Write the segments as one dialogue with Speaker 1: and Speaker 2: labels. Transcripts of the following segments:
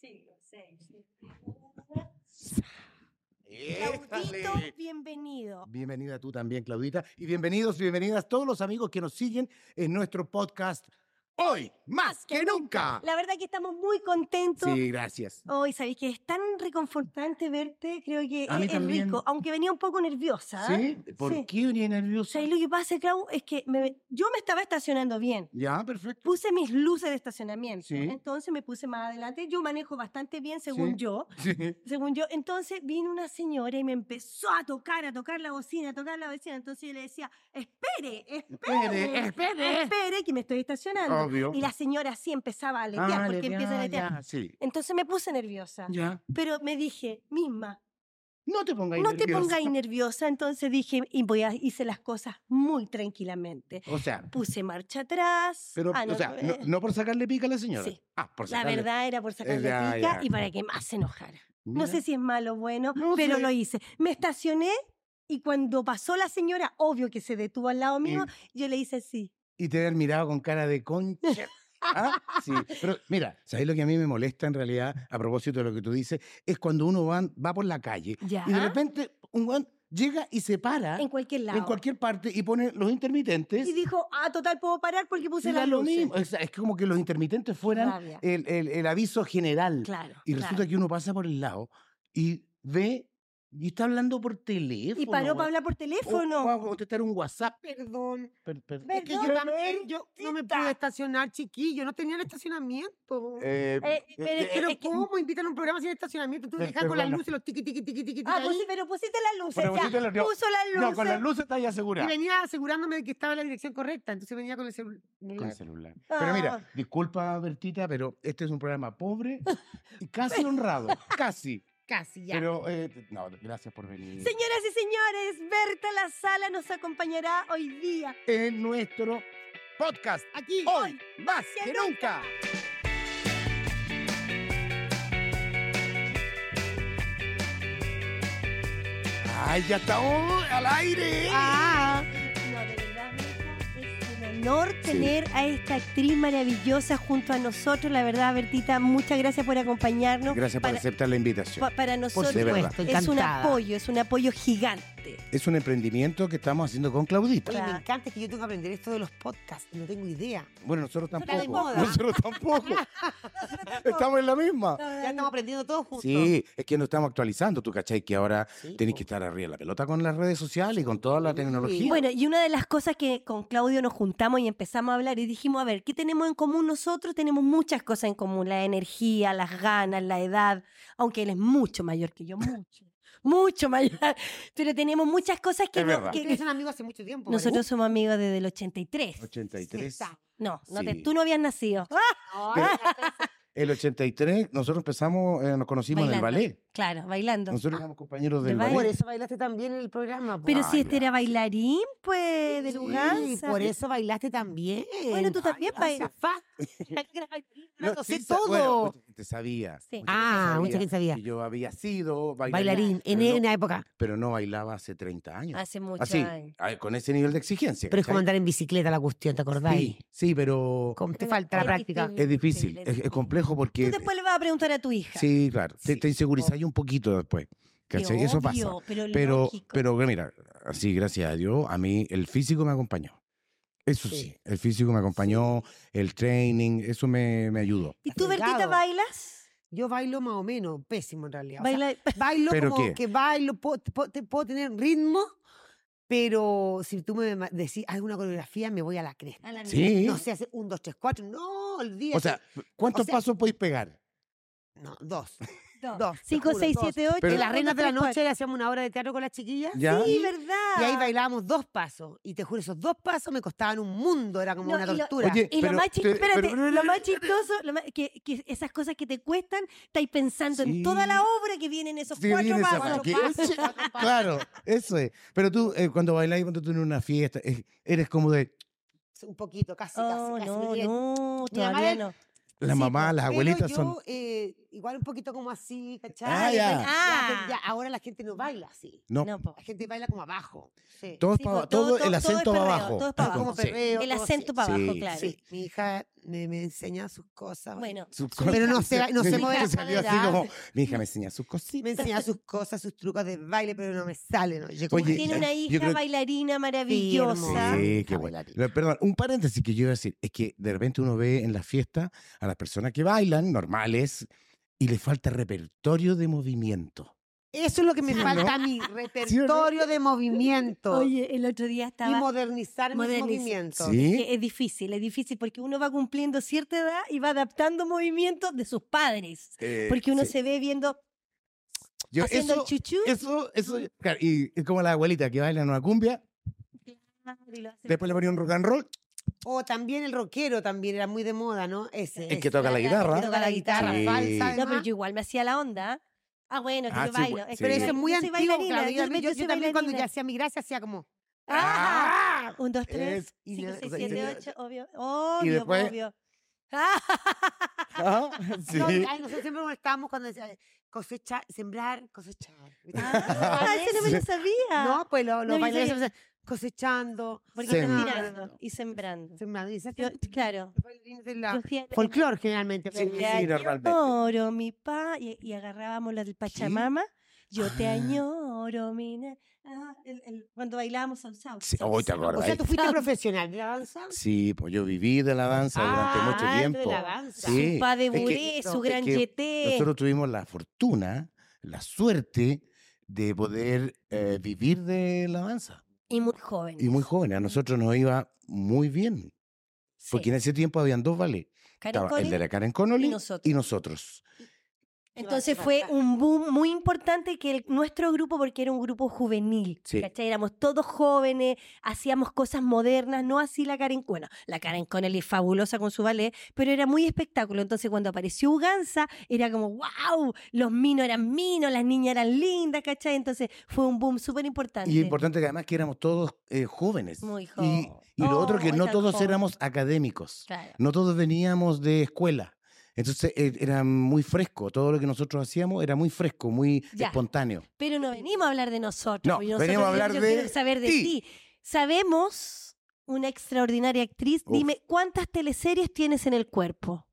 Speaker 1: 5, 6.
Speaker 2: Ah,
Speaker 3: Claudito, Oh.
Speaker 2: Éjale.
Speaker 3: bienvenido.
Speaker 2: Bienvenida tú también, Claudita. Y bienvenidos, bienvenidas todos los amigos que nos siguen en nuestro podcast hoy, más que nunca.
Speaker 3: La verdad que estamos muy contentos.
Speaker 2: Sí, gracias.
Speaker 3: Hoy, sabéis que es tan reconfortante verte, creo que e-,
Speaker 2: A mí
Speaker 3: es, es
Speaker 2: también.
Speaker 3: rico, aunque venía un poco nerviosa.
Speaker 2: ¿Sí? ¿Por
Speaker 3: ¿Ah? Sí.
Speaker 2: qué venía
Speaker 3: O
Speaker 2: nerviosa?
Speaker 3: sea, y lo que pasa, Clau, es que me- yo me estaba estacionando bien.
Speaker 2: Ya, perfecto.
Speaker 3: Puse mis luces de estacionamiento.
Speaker 2: Sí.
Speaker 3: Entonces me puse más adelante. Yo manejo bastante bien, según
Speaker 2: Sí.
Speaker 3: yo.
Speaker 2: Sí.
Speaker 3: Según yo, entonces vino una señora y me empezó a tocar, a tocar la bocina, a tocar la bocina. Entonces yo le decía, espere, espere,
Speaker 2: Espere, espere.
Speaker 3: espere que me estoy estacionando.
Speaker 2: Obvio.
Speaker 3: Y la señora así empezaba a aletear,
Speaker 2: Ah,
Speaker 3: porque empieza a Ah.
Speaker 2: ya,
Speaker 3: aletear.
Speaker 2: ya, Sí.
Speaker 3: Entonces me puse nerviosa.
Speaker 2: Ya.
Speaker 3: Pero me dije, misma,
Speaker 2: No te pongáis
Speaker 3: no te
Speaker 2: nerviosa.
Speaker 3: pongáis nerviosa. Entonces dije, y voy a, hice las cosas muy tranquilamente.
Speaker 2: O sea,
Speaker 3: Puse marcha atrás.
Speaker 2: pero,
Speaker 3: ah, no,
Speaker 2: o sea
Speaker 3: eh,
Speaker 2: no, no por sacarle pica a la señora.
Speaker 3: Sí.
Speaker 2: Ah, por
Speaker 3: la
Speaker 2: sacarle.
Speaker 3: verdad era por sacarle
Speaker 2: ya,
Speaker 3: pica
Speaker 2: ya.
Speaker 3: y para que más se enojara.
Speaker 2: Mira.
Speaker 3: No sé si es malo o bueno,
Speaker 2: No
Speaker 3: pero
Speaker 2: sé.
Speaker 3: lo hice. Me estacioné y cuando pasó la señora, obvio que se detuvo al lado mío, yo le hice así.
Speaker 2: y te haber mirado con cara de concha. ¿Ah? Sí, pero mira, ¿sabes lo que a mí me molesta en realidad, a propósito de lo que tú dices? Es cuando uno va, va por la calle
Speaker 3: Ya.
Speaker 2: y de repente un weón llega y se para
Speaker 3: ¿ah? En
Speaker 2: en,
Speaker 3: cualquier lado.
Speaker 2: cualquier parte y pone los intermitentes.
Speaker 3: Y dijo, ah, total, puedo parar porque puse
Speaker 2: y da
Speaker 3: la
Speaker 2: lo
Speaker 3: luz.
Speaker 2: mismo. O sea, es que como que los intermitentes fueran
Speaker 3: Rabia.
Speaker 2: el, el- el aviso general.
Speaker 3: Claro.
Speaker 2: Y resulta
Speaker 3: claro.
Speaker 2: que uno pasa por el lado y ve y está hablando por teléfono.
Speaker 3: Y paró para
Speaker 2: weón. Oh,
Speaker 3: hablar por
Speaker 2: O- o
Speaker 3: teléfono.
Speaker 2: a contestar un WhatsApp.
Speaker 4: Perdón.
Speaker 2: Per- per-
Speaker 4: Es que yo
Speaker 3: Perdón,
Speaker 4: también yo no me pude
Speaker 3: Bertita.
Speaker 4: estacionar, chiquillo. No tenía el estacionamiento.
Speaker 3: Eh,
Speaker 2: Eh,
Speaker 3: pero es que-
Speaker 4: Pero
Speaker 3: es que-
Speaker 4: ¿cómo invitan a un programa sin estacionamiento? Tú
Speaker 2: Per-
Speaker 4: dejas con las
Speaker 2: perdona. pues
Speaker 4: luces, los tiqui, tiqui, tiqui, tiqui, tiqui
Speaker 3: Ah,
Speaker 4: ahí,
Speaker 3: pusi- pero pusiste las luces.
Speaker 2: Pero
Speaker 3: ya.
Speaker 2: pusiste las- no,
Speaker 3: Puso las luces.
Speaker 2: no, con las luces está ahí
Speaker 4: Y
Speaker 2: asegurada.
Speaker 4: venía asegurándome de que estaba en la dirección correcta. Entonces venía con el celular.
Speaker 2: Con celular. Pero
Speaker 3: Ah.
Speaker 2: mira, disculpa, Bertita, pero este es un programa pobre y casi honrado. Casi.
Speaker 4: Casi ya.
Speaker 2: Pero, eh, t- no, gracias por venir.
Speaker 3: Señoras y señores, Berta La Sala nos acompañará hoy día.
Speaker 2: En nuestro podcast,
Speaker 4: Aquí.
Speaker 2: hoy, más que nunca. ¡Ay, ya estamos al aire!
Speaker 4: Ah,
Speaker 3: No, de verdad, Berta, es un honor tener a esta actriz maravillosa junto a nosotros. La verdad, Bertita, muchas gracias por acompañarnos.
Speaker 2: Gracias por
Speaker 3: para-
Speaker 2: aceptar la invitación.
Speaker 3: Pa- para nosotros
Speaker 2: de verdad.
Speaker 3: es un
Speaker 4: Encantada.
Speaker 3: apoyo, es un apoyo gigante.
Speaker 2: Es un emprendimiento que estamos haciendo con Claudita.
Speaker 4: oye, me
Speaker 3: Claro.
Speaker 4: encanta es que yo tengo que aprender esto de los podcasts. No tengo idea.
Speaker 2: Bueno, nosotros
Speaker 3: Está de
Speaker 2: tampoco.
Speaker 3: moda.
Speaker 2: Nosotros tampoco. Estamos en la misma.
Speaker 4: Ya estamos aprendiendo todos juntos.
Speaker 2: Sí, es que nos estamos actualizando, tú cachai, que ahora
Speaker 4: Sí,
Speaker 2: tenés
Speaker 4: po.
Speaker 2: que estar arriba de la pelota con las redes sociales y con toda la
Speaker 4: Sí.
Speaker 2: tecnología.
Speaker 3: Bueno, y una de las cosas que con Claudio nos juntamos y empezamos a hablar y dijimos, a ver, ¿qué tenemos en común nosotros? Tenemos muchas cosas en común, la energía, las ganas, la edad, aunque él es mucho mayor que yo, mucho, mucho mayor, pero tenemos muchas cosas que...
Speaker 2: Es
Speaker 3: no-
Speaker 2: verdad.
Speaker 3: que- que-
Speaker 4: Ustedes son amigos hace mucho tiempo.
Speaker 3: nosotros somos amigos desde el 83.
Speaker 2: 83.
Speaker 4: Está.
Speaker 3: No, no te-
Speaker 2: Sí.
Speaker 3: tú no habías nacido.
Speaker 4: Ah. No,
Speaker 2: Pero-
Speaker 4: ya está.
Speaker 2: El 83 nosotros empezamos, eh, nos conocimos
Speaker 3: Bailando.
Speaker 2: en el ballet.
Speaker 3: Claro, bailando.
Speaker 2: Nosotros éramos compañeros
Speaker 3: ¿De
Speaker 2: del
Speaker 3: baile?
Speaker 2: ballet.
Speaker 4: Por eso bailaste también en el programa. po.
Speaker 3: Pero
Speaker 2: Ah,
Speaker 3: si este
Speaker 2: ya.
Speaker 3: era bailarín, pues, de
Speaker 4: Sí,
Speaker 3: Luganza.
Speaker 4: por eso bailaste también.
Speaker 3: Bueno, tú también bailas.
Speaker 4: Zafá.
Speaker 2: No,
Speaker 4: lo sé
Speaker 2: sí, sa- bueno,
Speaker 4: todo.
Speaker 2: mucha gente sabía.
Speaker 3: Sí.
Speaker 2: mucha gente
Speaker 4: Ah,
Speaker 2: sabía
Speaker 4: mucha gente sabía.
Speaker 2: que yo había sido bailarín,
Speaker 4: Bailarín, en
Speaker 2: Pero no-
Speaker 4: una época.
Speaker 2: pero no bailaba hace 30 años.
Speaker 3: Hace mucho
Speaker 2: Así,
Speaker 3: años.
Speaker 2: a ver, con ese nivel de exigencia.
Speaker 4: Pero es como
Speaker 2: ¿cachai?
Speaker 4: andar en bicicleta la cuestión, ¿te acordáis?
Speaker 2: Sí, sí, pero
Speaker 4: Como te
Speaker 3: Pero
Speaker 4: falta
Speaker 3: es
Speaker 4: la práctica.
Speaker 3: difícil.
Speaker 2: es difícil,
Speaker 3: Sí,
Speaker 2: es, es complejo porque... eh,
Speaker 3: Tú después le vas a preguntar a tu hija.
Speaker 2: Sí, claro. Te,
Speaker 3: Sí.
Speaker 2: te insegurizáis un poquito después.
Speaker 3: Qué
Speaker 2: ¿Cachai? Eso pasa.
Speaker 3: obvio, Pero,
Speaker 2: Pero,
Speaker 3: lógico.
Speaker 2: pero mira, así, gracias a Dios, a mí el físico me acompañó. Eso sí,
Speaker 4: Sí.
Speaker 2: el físico me acompañó, el training, eso me, me ayudó.
Speaker 3: ¿Y tú, Bertita,
Speaker 4: Delgado.
Speaker 3: bailas?
Speaker 4: Yo bailo más o menos, pésimo en realidad. O sea,
Speaker 3: Baila-
Speaker 4: bailo
Speaker 2: ¿Pero
Speaker 4: como
Speaker 2: qué?
Speaker 4: que bailo, po- te- po- te- puedo, tener ritmo, pero si tú me ma- decís, haz una coreografía, me voy a la cresta.
Speaker 3: a la
Speaker 2: Sí.
Speaker 4: No sé, hace un, dos, tres, cuatro. No, olvídate.
Speaker 2: O sea, ¿cuántos
Speaker 4: O sea-
Speaker 2: pasos podéis pegar?
Speaker 4: no, dos.
Speaker 3: mierda.
Speaker 4: dos. te
Speaker 3: 5,
Speaker 4: juro,
Speaker 3: 6,
Speaker 4: dos.
Speaker 3: 7, 8.
Speaker 2: Pero-
Speaker 4: en las reinas de la noche le hacíamos una obra de teatro con las chiquillas.
Speaker 2: ¿Ya?
Speaker 3: Sí,
Speaker 4: Y-
Speaker 3: ¿verdad?
Speaker 4: Y ahí bailábamos dos pasos. Y te juro, esos dos pasos me costaban un mundo. Era como
Speaker 3: No,
Speaker 4: una
Speaker 3: y lo-
Speaker 4: tortura.
Speaker 2: Oye,
Speaker 3: Y lo
Speaker 2: Pero-
Speaker 3: más, chi-
Speaker 2: pero-
Speaker 3: espérate,
Speaker 2: pero-
Speaker 3: lo más chistoso, lo más- que, que esas cosas que te cuestan, estáis pensando en toda la
Speaker 2: Sí.
Speaker 3: obra que vienen esos
Speaker 2: Sí,
Speaker 3: cuatro
Speaker 2: viene esa
Speaker 3: pasos.
Speaker 2: parte. que- Claro, eso es. Pero tú, eh, cuando bailáis, cuando tú en una fiesta, eh, eres como de.
Speaker 4: Un poquito, casi, casi,
Speaker 3: Oh,
Speaker 4: casi.
Speaker 3: no,
Speaker 4: bien.
Speaker 3: no,
Speaker 4: Mi mamá
Speaker 3: todavía
Speaker 4: era-
Speaker 3: no.
Speaker 2: Las
Speaker 4: Sí,
Speaker 2: mamás,
Speaker 4: po,
Speaker 2: las
Speaker 4: pero
Speaker 2: abuelitas son.
Speaker 4: yo, eh, igual un poquito como así, ¿cachai?
Speaker 2: Ah, ya.
Speaker 4: Pero
Speaker 3: Ah.
Speaker 4: pero ya, ahora la gente no baila así.
Speaker 2: No,
Speaker 3: No, po.
Speaker 4: La gente baila como abajo. Sí.
Speaker 2: todo, es
Speaker 3: Sí,
Speaker 2: pa-
Speaker 3: pues,
Speaker 2: todo
Speaker 3: todo- todo-
Speaker 2: el
Speaker 3: todo es
Speaker 2: acento va
Speaker 3: perreo,
Speaker 2: abajo.
Speaker 3: todo es pa'
Speaker 2: Ah,
Speaker 3: abajo.
Speaker 2: como-
Speaker 4: como
Speaker 2: sí,
Speaker 4: perreo.
Speaker 3: El
Speaker 4: todo así.
Speaker 3: acento para abajo,
Speaker 2: Sí,
Speaker 3: claro.
Speaker 4: Sí, mi hija me, me enseña sus cosas.
Speaker 3: Bueno,
Speaker 2: su-
Speaker 4: Pero no se va- no se
Speaker 2: Mi
Speaker 4: mueve
Speaker 2: hija
Speaker 4: la
Speaker 2: salió así
Speaker 4: cadera.
Speaker 2: como, mi hija me enseña sus cositas.
Speaker 4: me enseña sus cosas, sus trucos de baile, pero no me salen. Oye,
Speaker 2: Oye, eh,
Speaker 3: tiene una
Speaker 2: yo
Speaker 3: hija
Speaker 2: creo-
Speaker 3: bailarina maravillosa.
Speaker 4: hermosa.
Speaker 2: Sí,
Speaker 4: Hija
Speaker 2: qué bueno.
Speaker 4: bailarina.
Speaker 2: Lo- Perdón, un paréntesis que yo iba a decir. Es que de repente uno ve en las fiestas a las personas que bailan, normales, y les falta repertorio de movimiento.
Speaker 4: Eso es lo que me
Speaker 2: ¿Sí o
Speaker 4: falta
Speaker 2: no?
Speaker 4: a mí, repertorio de movimiento
Speaker 3: Oye, el otro día
Speaker 4: y
Speaker 3: estaba.
Speaker 4: modernizar mis
Speaker 3: Moderniza-
Speaker 4: movimientos.
Speaker 2: ¿Sí?
Speaker 3: que e, Es difícil, es difícil porque uno va cumpliendo cierta edad y va adaptando movimientos de sus padres.
Speaker 2: Eh,
Speaker 3: Porque uno
Speaker 2: sí.
Speaker 3: se ve viendo,
Speaker 2: Yo
Speaker 3: haciendo
Speaker 2: eso,
Speaker 3: el chuchú.
Speaker 2: eso, eso, claro, y es como la abuelita que baila en una cumbia,
Speaker 3: y lo hace-
Speaker 2: después le ponía un rock and roll,
Speaker 4: O también el rockero también era muy de moda, ¿no? Ese.
Speaker 2: es que
Speaker 4: ese.
Speaker 2: toca la
Speaker 4: Que
Speaker 2: guitarra.
Speaker 4: toca la guitarra
Speaker 2: Sí.
Speaker 4: falsa.
Speaker 3: No, pero
Speaker 4: además.
Speaker 3: yo igual me hacía la onda. Ah, bueno, que
Speaker 2: Ah,
Speaker 3: yo
Speaker 2: sí,
Speaker 3: bailo.
Speaker 2: bueno,
Speaker 3: que
Speaker 2: sí.
Speaker 4: Pero eso
Speaker 3: yo-
Speaker 4: es muy
Speaker 3: yo soy
Speaker 4: antiguo,
Speaker 3: bailarina,
Speaker 4: Claudio. Yo,
Speaker 3: también-
Speaker 4: yo
Speaker 3: soy
Speaker 4: también cuando
Speaker 3: bailarina.
Speaker 4: ya hacía mi gracia hacía como...
Speaker 3: Ah,
Speaker 4: ¡Ah!
Speaker 3: un, dos, tres,
Speaker 2: Es-
Speaker 4: y
Speaker 3: cinco,
Speaker 4: le-
Speaker 3: seis,
Speaker 4: o sea, y
Speaker 3: siete,
Speaker 4: le-
Speaker 3: ocho, obvio. Obvio,
Speaker 2: eh, después-
Speaker 3: obvio. Ah,
Speaker 2: Ah, sí.
Speaker 4: No, ay, nosotros siempre molestábamos cuando decía cosechar, sembrar, cosechar. ¿viste?
Speaker 3: ah, eso no me lo sabía.
Speaker 4: No, pues lo- los
Speaker 3: No, yo
Speaker 4: bailarines
Speaker 3: sabía.
Speaker 4: siempre decían, cosechando,
Speaker 3: Porque
Speaker 2: Sem-
Speaker 3: estoy
Speaker 4: sembrando,
Speaker 3: mirando y sembrando.
Speaker 4: sembrando. Y esas
Speaker 3: Yo-
Speaker 4: son-
Speaker 3: claro.
Speaker 4: los bailarines de la-
Speaker 3: Yo fui a-
Speaker 4: folclore generalmente. pues.
Speaker 2: Sí,
Speaker 4: pero-
Speaker 3: Te
Speaker 2: sí, normalmente.
Speaker 3: añoro, mi pa. Y, y agarrábamos la del Pachamama. Yo te
Speaker 2: Ah.
Speaker 3: añoro, mi na- ah, el- el- Cuando bailábamos salsao.
Speaker 2: Sí, hoy te
Speaker 4: O sea,
Speaker 2: acordáis.
Speaker 4: tú fuiste profesional de la danza.
Speaker 2: Sí, pues yo viví de la danza durante
Speaker 4: Ah,
Speaker 2: mucho
Speaker 4: de la
Speaker 2: tiempo.
Speaker 4: danza.
Speaker 2: Sí,
Speaker 3: Su pa de
Speaker 2: es que-
Speaker 3: buré,
Speaker 4: no,
Speaker 3: su
Speaker 4: es
Speaker 3: gran
Speaker 2: que
Speaker 3: yeté.
Speaker 2: Nosotros tuvimos la fortuna, la suerte de poder eh, vivir de la danza.
Speaker 3: Y muy joven.
Speaker 2: Y muy jóvenes, a nosotros nos iba muy bien. Porque en ese tiempo habían dos ballets. Estaba el de la Karen Connolly
Speaker 3: y
Speaker 2: y
Speaker 3: nosotros.
Speaker 2: nosotros.
Speaker 3: Entonces fue un boom muy importante que el- nuestro grupo, porque era un grupo juvenil,
Speaker 2: Sí.
Speaker 3: ¿cachai? Éramos todos jóvenes, hacíamos cosas modernas, no así la Karen, bueno, la Karen Connelly es fabulosa con su ballet, pero era muy espectáculo. Entonces cuando apareció Uganza, era como, wow, los minos eran minos, las niñas eran lindas, ¿cachai? Entonces fue un boom súper importante.
Speaker 2: Y importante que además que éramos todos eh, jóvenes.
Speaker 3: Muy
Speaker 2: Y-
Speaker 3: joven.
Speaker 2: Y, lo otro que
Speaker 3: Oh,
Speaker 2: no
Speaker 3: tan
Speaker 2: todos
Speaker 3: joven.
Speaker 2: éramos académicos.
Speaker 3: Claro.
Speaker 2: No todos veníamos de escuela. Entonces eh, era muy fresco. Todo lo que nosotros hacíamos era muy fresco, muy
Speaker 3: Ya.
Speaker 2: espontáneo.
Speaker 3: Pero no venimos a hablar de nosotros.
Speaker 2: No,
Speaker 3: porque nosotros-
Speaker 2: venimos a hablar
Speaker 3: yo
Speaker 2: de
Speaker 3: quiero saber de ti.
Speaker 2: ti.
Speaker 3: Sabemos, una extraordinaria actriz,
Speaker 2: Uf.
Speaker 3: dime, ¿cuántas teleseries tienes en el cuerpo?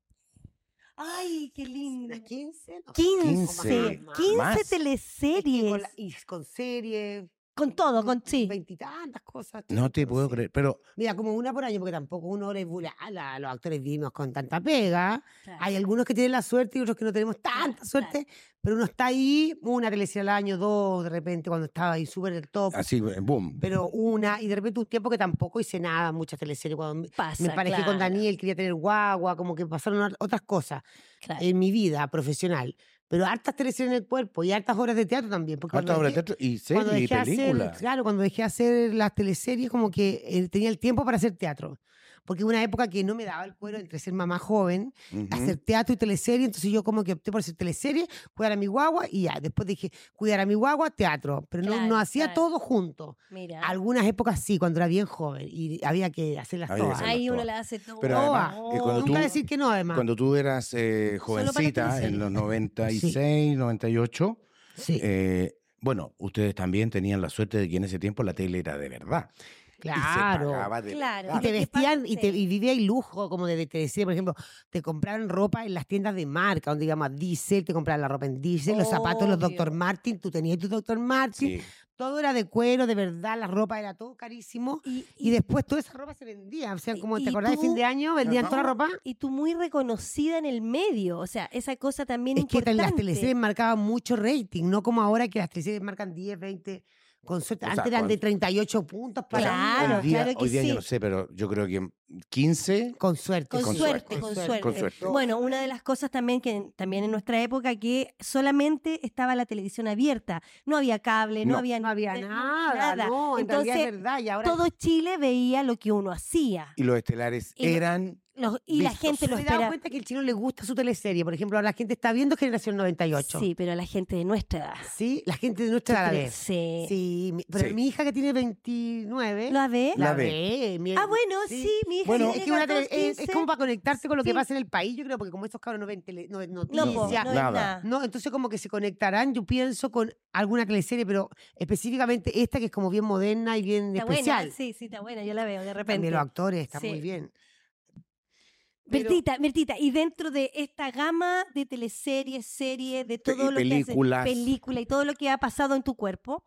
Speaker 3: Ay, qué lindo.
Speaker 4: ¿Unas 15? No, pues,
Speaker 3: 15, 15
Speaker 4: más.
Speaker 2: Más.
Speaker 4: Es que con
Speaker 3: teleseries.
Speaker 4: la- Y con series,
Speaker 3: Con todo, con sí.
Speaker 4: veintitantas cosas.
Speaker 2: No te
Speaker 4: chicos,
Speaker 2: puedo
Speaker 4: sí.
Speaker 2: creer. Pero
Speaker 4: Mira, como una por año, porque tampoco uno le vula a los actores vivimos con tanta pega. Hay algunos que tienen la suerte y otros que no tenemos tanta
Speaker 3: Claro,
Speaker 4: suerte, pero uno está ahí, una teleserie al año, dos, de repente cuando estaba ahí súper el top,
Speaker 2: así, eh, boom.
Speaker 4: pero una, y de repente un tiempo que tampoco hice nada, muchas teleseries. Cuando me-
Speaker 3: Pasa,
Speaker 4: me parejé
Speaker 3: claro,
Speaker 4: con Daniel, quería tener guagua, como que pasaron ot- otras cosas
Speaker 3: claro.
Speaker 4: en mi vida profesional, pero hartas teleseries en el cuerpo y hartas horas de teatro también. Porque cuando
Speaker 2: Harta obra de
Speaker 4: dejé-
Speaker 2: teatro y
Speaker 4: cuando
Speaker 2: serie y
Speaker 4: dejé hacer-
Speaker 2: película.
Speaker 4: claro, cuando dejé hacer las teleseries, como que eh, tenía el tiempo para hacer teatro. Porque hubo una época que no me daba el cuero entre ser mamá joven,
Speaker 2: Ujú.
Speaker 4: hacer teatro y teleserie, entonces yo como que opté por hacer teleserie, cuidar a mi guagua y ya. Después dije, cuidar a mi guagua, teatro. Pero no- no,
Speaker 3: Claro,
Speaker 4: hacía
Speaker 3: claro.
Speaker 4: todo junto.
Speaker 3: Mira.
Speaker 4: Algunas épocas sí, cuando era bien joven y había que hacerlas
Speaker 2: Había que
Speaker 4: todas.
Speaker 2: hacerlas.
Speaker 3: Ahí uno
Speaker 2: todas.
Speaker 3: la hace todo.
Speaker 2: Pero
Speaker 4: además,
Speaker 2: que cuando
Speaker 4: Nunca
Speaker 2: tú-
Speaker 4: decir que no, además.
Speaker 2: Cuando tú eras eh,
Speaker 3: Solo para
Speaker 2: jovencita,
Speaker 3: teleseries.
Speaker 2: en los 96, 98,
Speaker 4: sí,
Speaker 2: eh, bueno, ustedes también tenían la suerte de que en ese tiempo la tele era de verdad. Y se
Speaker 4: claro.
Speaker 2: pagaba de
Speaker 3: Claro.
Speaker 4: Y
Speaker 2: verdad.
Speaker 4: te
Speaker 3: Lo que pasa-
Speaker 4: vestían y, te,
Speaker 3: sí.
Speaker 4: y vivía el lujo, como de, te decía, por ejemplo, te compraban ropa en las tiendas de marca, donde íbamos a Diesel, te compraban la ropa en Diesel, los zapatos, los
Speaker 3: Obvio.
Speaker 4: Dr. Martin, tú tenías tu Dr. Martin,
Speaker 2: Sí.
Speaker 4: todo era de cuero, de verdad, la ropa era todo carísimo.
Speaker 3: Y,
Speaker 4: Y después toda esa ropa se vendía. O sea,
Speaker 3: Y-
Speaker 4: como
Speaker 3: y
Speaker 4: te acordás de
Speaker 3: tú-
Speaker 4: fin de año, vendían toda la
Speaker 3: tú-
Speaker 4: ropa.
Speaker 3: y tú muy reconocida en el medio. O sea, esa cosa también
Speaker 4: Es que
Speaker 3: importante.
Speaker 4: las teleseries marcaban mucho rating, no como ahora que las teleseries marcan 10, 20. Con suerte.
Speaker 2: O sea,
Speaker 4: Antes eran de
Speaker 2: con-
Speaker 4: 38 puntos
Speaker 2: O
Speaker 4: para
Speaker 2: sea,
Speaker 3: Claro,
Speaker 2: hoy día,
Speaker 3: claro que
Speaker 2: hoy día
Speaker 3: sí.
Speaker 2: yo no sé, pero yo creo que 15,
Speaker 4: Con suerte.
Speaker 3: Con,
Speaker 2: Con
Speaker 3: suerte,
Speaker 2: suerte,
Speaker 3: con
Speaker 2: con
Speaker 3: suerte.
Speaker 2: suerte.
Speaker 3: Bueno, una de las cosas también que en- también en nuestra época que solamente estaba la televisión abierta, no había cable, no,
Speaker 2: No.
Speaker 3: había
Speaker 4: No había
Speaker 3: eh,
Speaker 4: nada, no, en
Speaker 3: Entonces
Speaker 4: realidad es verdad. Y ahora
Speaker 3: todo Chile veía lo que uno hacía.
Speaker 2: y los estelares
Speaker 3: Y lo-
Speaker 2: eran
Speaker 3: los- y la
Speaker 2: Visto.
Speaker 3: gente lo
Speaker 4: Me he dado
Speaker 3: espera.
Speaker 4: cuenta que el chino le gusta su teleserie. Por ejemplo, ahora la gente está viendo Generación 98.
Speaker 3: Sí, pero a la gente de nuestra edad.
Speaker 4: Sí, la gente de nuestra edad la ve.
Speaker 3: Sí.
Speaker 4: Sí, mi- pero
Speaker 2: Sí.
Speaker 4: mi hija que tiene 29.
Speaker 3: ¿La ve?
Speaker 2: La ve.
Speaker 4: mi-
Speaker 3: Ah, bueno, sí,
Speaker 4: sí.
Speaker 3: mi hija.
Speaker 2: Bueno,
Speaker 3: tiene
Speaker 4: es, que una
Speaker 3: 14,
Speaker 4: tele- eh, es- es
Speaker 3: 15.
Speaker 4: como para conectarse con lo
Speaker 3: Sí.
Speaker 4: que pasa en el país, yo creo, porque como estos cabros no ven tele, no ven
Speaker 3: No, po, no
Speaker 4: noticias,
Speaker 3: es
Speaker 2: Nada.
Speaker 3: nada.
Speaker 4: No, entonces como que se conectarán, yo pienso, con alguna teleserie, pero específicamente esta que es como bien moderna y bien
Speaker 3: Está
Speaker 4: especial.
Speaker 3: buena, sí, sí, está buena, yo la veo de repente.
Speaker 4: También los actores, está
Speaker 3: Sí.
Speaker 4: muy bien. pero-
Speaker 3: Bertita, Bertita, y dentro de esta gama de teleseries, series, de
Speaker 2: Pe- y
Speaker 3: todo lo
Speaker 2: películas.
Speaker 3: que hace, película y todo lo que ha pasado en tu cuerpo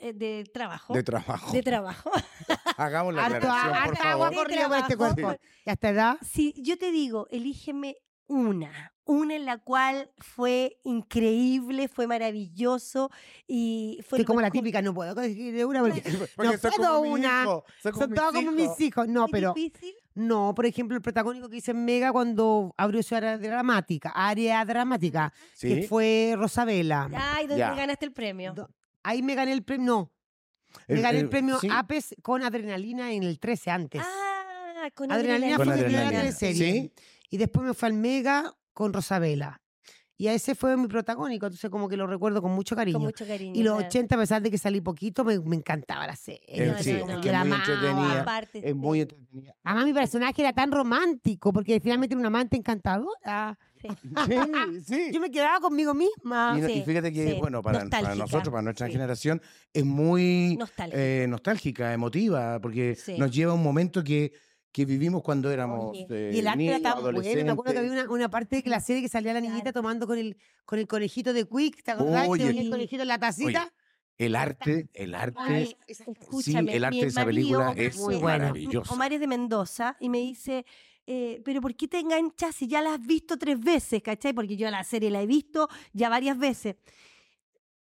Speaker 3: eh, de trabajo,
Speaker 2: De trabajo.
Speaker 3: de trabajo.
Speaker 2: Hagamos la
Speaker 4: Harto
Speaker 2: aclaración,
Speaker 4: a-
Speaker 2: por
Speaker 4: harta agua
Speaker 3: De
Speaker 2: favor.
Speaker 4: corrida por este
Speaker 3: trabajo.
Speaker 4: cuerpo. Y hasta edad,
Speaker 3: Si yo te digo, elígeme una, una en la cual fue increíble, fue maravilloso y fue
Speaker 4: estoy
Speaker 3: lo
Speaker 4: como la
Speaker 3: mejor.
Speaker 4: típica, no puedo decir de una porque,
Speaker 2: Porque
Speaker 4: no
Speaker 2: soy
Speaker 4: puedo
Speaker 2: como mi
Speaker 4: una.
Speaker 2: hijo, soy
Speaker 4: Son todos como mis hijos. No,
Speaker 3: Muy
Speaker 4: pero
Speaker 3: difícil.
Speaker 4: no, por ejemplo, el protagónico que hice en Mega cuando abrió su área dramática, área dramática,
Speaker 2: Sí.
Speaker 4: que fue Rosabela.
Speaker 3: Ay, ¿dónde
Speaker 2: Ya.
Speaker 3: ganaste el premio?
Speaker 4: Do- Ahí me gané el premio, no,
Speaker 2: El-
Speaker 4: me gané
Speaker 2: el-
Speaker 4: el premio
Speaker 2: sí.
Speaker 4: APES con adrenalina en el 13 antes.
Speaker 3: Ah, con
Speaker 4: Adrenalina
Speaker 2: Con
Speaker 4: fue mi primera
Speaker 2: adrenalina.
Speaker 4: teleserie.
Speaker 2: Sí.
Speaker 4: Y después me fue al Mega con Rosabela. Y a ese fue mi protagónico, entonces como que lo recuerdo con mucho cariño.
Speaker 3: Con mucho cariño.
Speaker 4: y los
Speaker 3: claro.
Speaker 4: 80, a pesar de que salí poquito, me, me encantaba la serie.
Speaker 2: Eh,
Speaker 4: no
Speaker 3: sí,
Speaker 4: sé,
Speaker 3: es
Speaker 4: como
Speaker 3: que
Speaker 4: que la
Speaker 2: muy
Speaker 4: amaba.
Speaker 2: entretenida.
Speaker 3: Aparte,
Speaker 4: eh,
Speaker 2: Es muy entretenida.
Speaker 4: Además, mi personaje era tan romántico, porque finalmente era una amante encantadora.
Speaker 3: sí.
Speaker 2: Sí, sí.
Speaker 4: Yo ah, me quedaba conmigo misma.
Speaker 2: Y, no- y
Speaker 3: sí,
Speaker 2: fíjate que,
Speaker 3: sí.
Speaker 2: bueno, para, para
Speaker 3: Nostálgica.
Speaker 2: nosotros, para nuestra
Speaker 3: Sí.
Speaker 2: generación, es muy
Speaker 3: Nostalgia.
Speaker 2: eh, nostálgica, emotiva, porque
Speaker 3: Sí.
Speaker 2: nos lleva a un momento que, que vivimos cuando éramos
Speaker 3: Oye,
Speaker 2: eh,
Speaker 4: Y el arte
Speaker 2: niños,
Speaker 4: era tan bueno. Me acuerdo que había
Speaker 2: adolescentes.
Speaker 4: una, una parte de la serie que salía la niñita
Speaker 3: Claro.
Speaker 4: tomando con el, con el conejito de Quick. ¿Te acordás? Que
Speaker 2: Oye.
Speaker 4: ponía el conejito en la tacita.
Speaker 2: El arte, el arte.
Speaker 4: Ay, esa-
Speaker 3: Escúchame,
Speaker 2: el arte
Speaker 3: mi
Speaker 2: de esa
Speaker 3: marido,
Speaker 2: película
Speaker 3: Omar,
Speaker 2: es
Speaker 3: me-
Speaker 4: buena.
Speaker 2: maravillosa.
Speaker 3: Omar es de Mendoza y me dice, eh, pero ¿por qué te enganchas si ya la has visto tres veces, cachai? Porque yo la serie la he visto ya varias veces.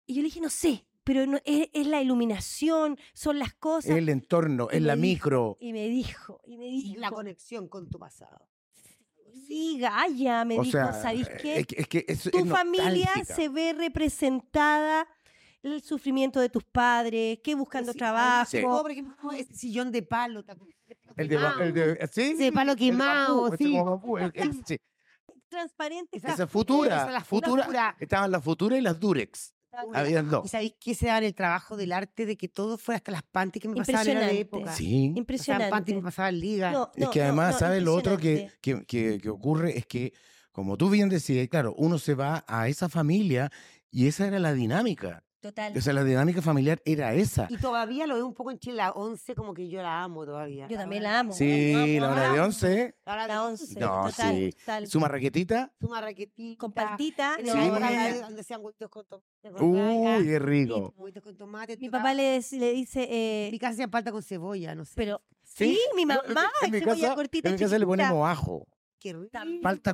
Speaker 3: Y yo le dije, no sé, pero no- es, es la iluminación, son las cosas.
Speaker 2: el entorno,
Speaker 3: y
Speaker 2: en la
Speaker 3: me dijo-
Speaker 2: micro.
Speaker 3: Y me dijo, y me dijo,
Speaker 4: La conexión con tu pasado.
Speaker 3: sí, Gaya, me
Speaker 2: o
Speaker 3: dijo,
Speaker 2: sea,
Speaker 3: ¿sabéis qué?
Speaker 2: Es que, es que es-
Speaker 3: tu
Speaker 2: es
Speaker 3: familia
Speaker 2: nostálgica.
Speaker 3: se ve representada el sufrimiento de tus padres, que buscando
Speaker 4: Sí,
Speaker 3: trabajo.
Speaker 4: sí. Por ejemplo, ese sillón de palo. ¿te acordás?
Speaker 2: El de,
Speaker 4: Quemado.
Speaker 2: el de- ¿sí?
Speaker 4: Ese palo
Speaker 2: El bambú,
Speaker 4: quemado,
Speaker 2: este
Speaker 4: sí.
Speaker 2: como bambú, el- el- sí.
Speaker 3: Transparente.
Speaker 4: Esa
Speaker 2: Esa
Speaker 4: futura,
Speaker 2: futura,
Speaker 4: esa la
Speaker 2: futura,
Speaker 4: futura.
Speaker 2: Estaban las futuras y las durex. Habían
Speaker 4: ¿Y
Speaker 2: dos.
Speaker 4: sabéis qué se daba en el trabajo del arte de que todo fuera hasta las panties que me pasaban en la
Speaker 3: Impresionante.
Speaker 4: época?
Speaker 2: Sí.
Speaker 4: Pasaban panties
Speaker 3: Impresionante.
Speaker 4: me pasaban liga.
Speaker 3: No,
Speaker 2: Es
Speaker 3: no,
Speaker 2: que
Speaker 3: no,
Speaker 2: además,
Speaker 3: no,
Speaker 2: ¿sabes lo otro que,
Speaker 3: impresionante.
Speaker 2: que, que- que ocurre? Es que, como tú bien decías, claro, uno se va a esa familia y esa era la dinámica.
Speaker 3: Total.
Speaker 2: O sea, la dinámica familiar era esa.
Speaker 4: Y todavía lo veo un poco en Chile, la 11, como que yo la amo todavía.
Speaker 3: Yo también la amo.
Speaker 2: Sí, la hora de
Speaker 3: amo.
Speaker 2: once,
Speaker 4: Ahora
Speaker 3: La once.
Speaker 2: No,
Speaker 3: total,
Speaker 2: sí.
Speaker 3: total.
Speaker 2: su marraquetita.
Speaker 4: Su marraquetita.
Speaker 3: Con paltita.
Speaker 4: en
Speaker 3: no,
Speaker 4: la
Speaker 2: Sí.
Speaker 4: época
Speaker 3: ahora-
Speaker 4: de- donde hacían huevitos con tomate.
Speaker 2: Uy, qué rico.
Speaker 4: Huevitos con tomate.
Speaker 3: Mi
Speaker 4: tocaba-
Speaker 3: papá le, dec- le dice, eh,
Speaker 4: En Mi casa hacía falta con cebolla, no sé.
Speaker 3: pero
Speaker 2: Sí,
Speaker 3: sí, mi
Speaker 2: Yo-
Speaker 3: mamá,
Speaker 2: en mi
Speaker 3: cebolla
Speaker 2: casa,
Speaker 3: cortita,
Speaker 2: en mi casa le
Speaker 3: chiquitita.
Speaker 2: ponemos ajo.
Speaker 4: qué rico.
Speaker 2: Falta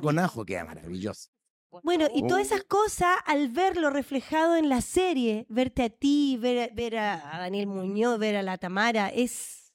Speaker 2: con ajo, queda maravilloso. Oh.
Speaker 4: por
Speaker 3: Bueno, y
Speaker 4: favor.
Speaker 3: todas esas cosas, al verlo reflejado en la serie, verte a ti, ver, ver a a Daniel Muñoz, ver a la Tamara, es,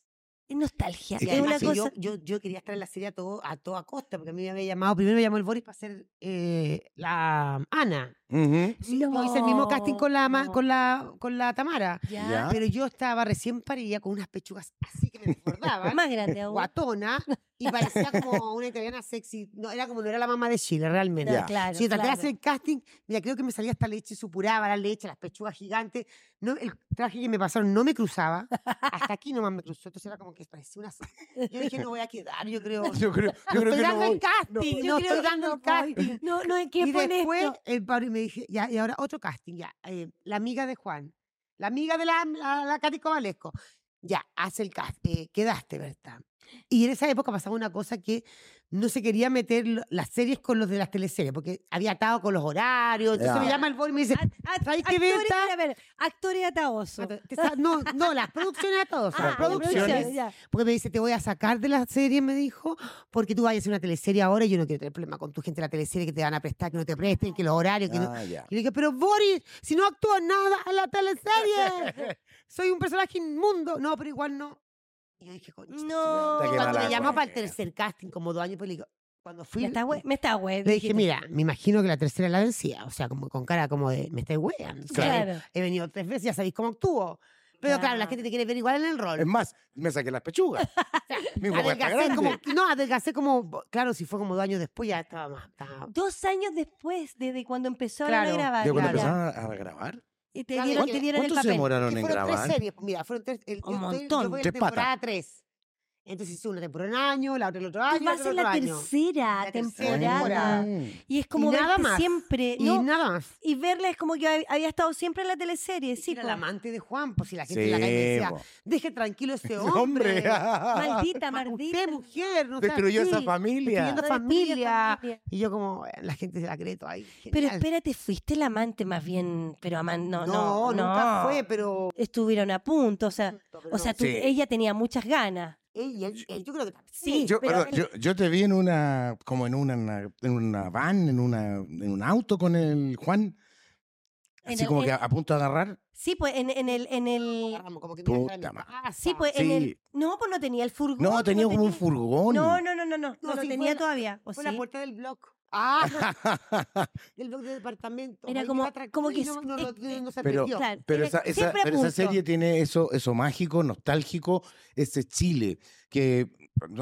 Speaker 3: es nostalgia.
Speaker 2: Oh, Es
Speaker 4: Y
Speaker 3: es una
Speaker 4: además que
Speaker 3: cosa.
Speaker 4: yo, yo, yo quería estar en la serie a, todo, a toda costa, porque a mí me había llamado, primero me llamó el Boris para hacer eh, la Ana.
Speaker 2: Ujú.
Speaker 4: Yo hice el mismo casting con la, ma- con la, con la Tamara.
Speaker 2: Ya.
Speaker 3: Ya.
Speaker 4: Pero yo estaba recién parida con unas pechugas así que me desbordaban,
Speaker 3: Más grande aún.
Speaker 4: guatona, y parecía como una italiana sexy. No, era como no era la mamá de Chile, realmente.
Speaker 3: No,
Speaker 2: Ya.
Speaker 3: claro,
Speaker 4: Si yo traté
Speaker 3: claro.
Speaker 4: de hacer el casting, mira, creo que me salía hasta leche supuraba, la leche, las pechugas gigantes. No, el traje que me pasaron no me cruzaba. Hasta aquí nomás me cruzó. Entonces era como que parecía una. Yo dije, no voy a quedar, yo creo.
Speaker 2: Yo creo, yo creo
Speaker 4: estoy
Speaker 2: que no
Speaker 4: dando
Speaker 2: voy.
Speaker 4: el casting,
Speaker 3: Yo creo
Speaker 4: no, estoy
Speaker 3: que
Speaker 4: dando
Speaker 3: no
Speaker 4: el casting.
Speaker 3: No, no, es que
Speaker 4: Y
Speaker 3: pone
Speaker 4: después
Speaker 3: esto.
Speaker 4: el Pablo me dije, ya, y ahora otro casting, ya. eh, la amiga de Juan, la amiga de la, la, la Katy Cobalesco. Ya, hace el casting, quedaste, ¿verdad? Y en esa época pasaba una cosa que no se quería meter lo- las series con los de las teleseries, porque había atado con los horarios. Entonces
Speaker 2: Ya.
Speaker 4: me llama el boy y me dice,
Speaker 3: Act- act-
Speaker 4: ¿sabes qué,
Speaker 3: actores,
Speaker 4: Berta?
Speaker 3: mira, a ver, actores ataosos.
Speaker 4: "Te sa- no, no, las producciones a todos.
Speaker 3: Ah,
Speaker 4: las producciones.
Speaker 3: ya.
Speaker 4: Porque me dice, te voy a sacar de la serie, me dijo, porque tú vas a hacer una teleserie ahora y yo no quiero tener problema con tu gente de la teleserie que te van a prestar, que no te presten, que los horarios, que no.
Speaker 2: Ah, ya.
Speaker 4: Y le dije, pero Boris, si no actúa nada en la teleserie, soy un personaje inmundo. No, pero igual no. Y yo dije, coño.
Speaker 3: No.
Speaker 2: Está Qué
Speaker 4: Cuando
Speaker 2: mala
Speaker 4: me llamó para el
Speaker 2: cueva.
Speaker 4: tercer casting, como dos años, pues le digo, cuando fui,
Speaker 3: Me está hue-
Speaker 4: le
Speaker 3: Me está hue-
Speaker 4: dije, mira, me imagino que la tercera es la vencía. O sea, como con cara como de, me estáis weando. o sea,
Speaker 3: Claro.
Speaker 4: He venido tres veces, ya sabéis cómo actúo. Pero claro, la
Speaker 3: Claro.
Speaker 4: gente te quiere ver igual en el rol.
Speaker 2: Es más, me saqué las pechugas. Mi guagua está
Speaker 4: Adelgacé
Speaker 2: grande.
Speaker 4: como, no, adelgacé como, claro, si fue como dos años después, ya estaba más. estaba-
Speaker 3: Dos años después, desde cuando empezó
Speaker 4: Claro,
Speaker 3: a grabar.
Speaker 2: ¿De cuando
Speaker 4: claro.
Speaker 3: Ah, ya.
Speaker 2: empezaron a, a grabar?
Speaker 3: Y te
Speaker 4: Claro,
Speaker 3: dieron,
Speaker 4: que-
Speaker 3: te dieron el
Speaker 2: ¿Cuánto se
Speaker 3: papel.
Speaker 2: demoraron
Speaker 4: que
Speaker 2: en
Speaker 4: fueron tres
Speaker 2: grabar?
Speaker 4: series. Mira, fueron tres. el-
Speaker 3: Un
Speaker 4: yo estoy-
Speaker 3: montón.
Speaker 4: Yo voy a la
Speaker 2: Tres patas.
Speaker 4: temporada tres. Entonces hice una temporada un año, la otra el otro
Speaker 3: Tú
Speaker 4: año. la
Speaker 3: vas
Speaker 4: otra
Speaker 3: en
Speaker 4: el
Speaker 3: la
Speaker 4: otro año.
Speaker 3: tercera
Speaker 4: La tercera
Speaker 3: temporada.
Speaker 4: temporada.
Speaker 2: Mm.
Speaker 3: Y es como
Speaker 4: nada
Speaker 3: verte
Speaker 4: más.
Speaker 3: siempre.
Speaker 4: Y
Speaker 3: ¿no?
Speaker 4: nada más.
Speaker 3: Y verla es como que hab- había estado siempre en la teleserie. Sí,
Speaker 4: era la
Speaker 3: po.
Speaker 4: amante de Juan, pues si la gente en la calle
Speaker 2: Sí,
Speaker 4: decía,
Speaker 2: po.
Speaker 4: deje tranquilo a este hombre.
Speaker 2: hombre.
Speaker 3: Maldita,
Speaker 4: Ma-
Speaker 3: ah. maldita.
Speaker 4: Usted, mujer, no sabe-
Speaker 2: Destruyó esa
Speaker 4: sí.
Speaker 2: familia.
Speaker 4: destruyendo
Speaker 3: Toda
Speaker 4: familia.
Speaker 3: familia.
Speaker 4: Y yo como, "Bueno, la gente se la cree todo ahí.
Speaker 3: Pero
Speaker 4: genial".
Speaker 3: espérate, fuiste el amante más bien, pero amante, no, no,
Speaker 4: no, nunca fue, pero...
Speaker 3: Estuvieron a punto, o sea, o sea, tú-
Speaker 2: Sí.
Speaker 3: ella tenía muchas ganas.
Speaker 4: Ey, él- él- yo creo que también.
Speaker 3: Sí,
Speaker 2: Yo,
Speaker 3: pero
Speaker 2: perdón, yo, yo te vi en una, como en una, en una van, en, una, en un auto con el Juan,
Speaker 3: En
Speaker 2: así
Speaker 3: el-
Speaker 2: como que
Speaker 3: en-
Speaker 2: a, a punto de agarrar.
Speaker 3: sí, pues en, en el, en el,
Speaker 4: agarramos, como que mira,
Speaker 2: Puta
Speaker 4: está en mi
Speaker 2: madre.
Speaker 4: casa.
Speaker 3: sí, pues en el,
Speaker 2: Sí.
Speaker 3: no, pues no tenía el furgón.
Speaker 2: No, tenía como un furgón.
Speaker 3: No, no, no, no, no, no
Speaker 4: No,
Speaker 3: lo
Speaker 4: sí,
Speaker 3: tenía
Speaker 4: fue la-
Speaker 3: todavía. ¿o
Speaker 4: Fue
Speaker 3: sí?
Speaker 4: la puerta del blog. Ah, del blog del departamento.
Speaker 3: Era
Speaker 4: Ahí
Speaker 3: como-
Speaker 4: la atracó
Speaker 3: como
Speaker 4: y
Speaker 3: que
Speaker 4: No,
Speaker 3: es-
Speaker 4: no,
Speaker 3: eh,
Speaker 4: no- no se
Speaker 2: pero-
Speaker 4: perdió.
Speaker 3: Claro,
Speaker 2: Pero
Speaker 3: era
Speaker 2: esa, esa-
Speaker 3: siempre a
Speaker 2: pero esa
Speaker 3: punto.
Speaker 2: serie tiene eso, eso mágico, nostálgico, ese Chile, que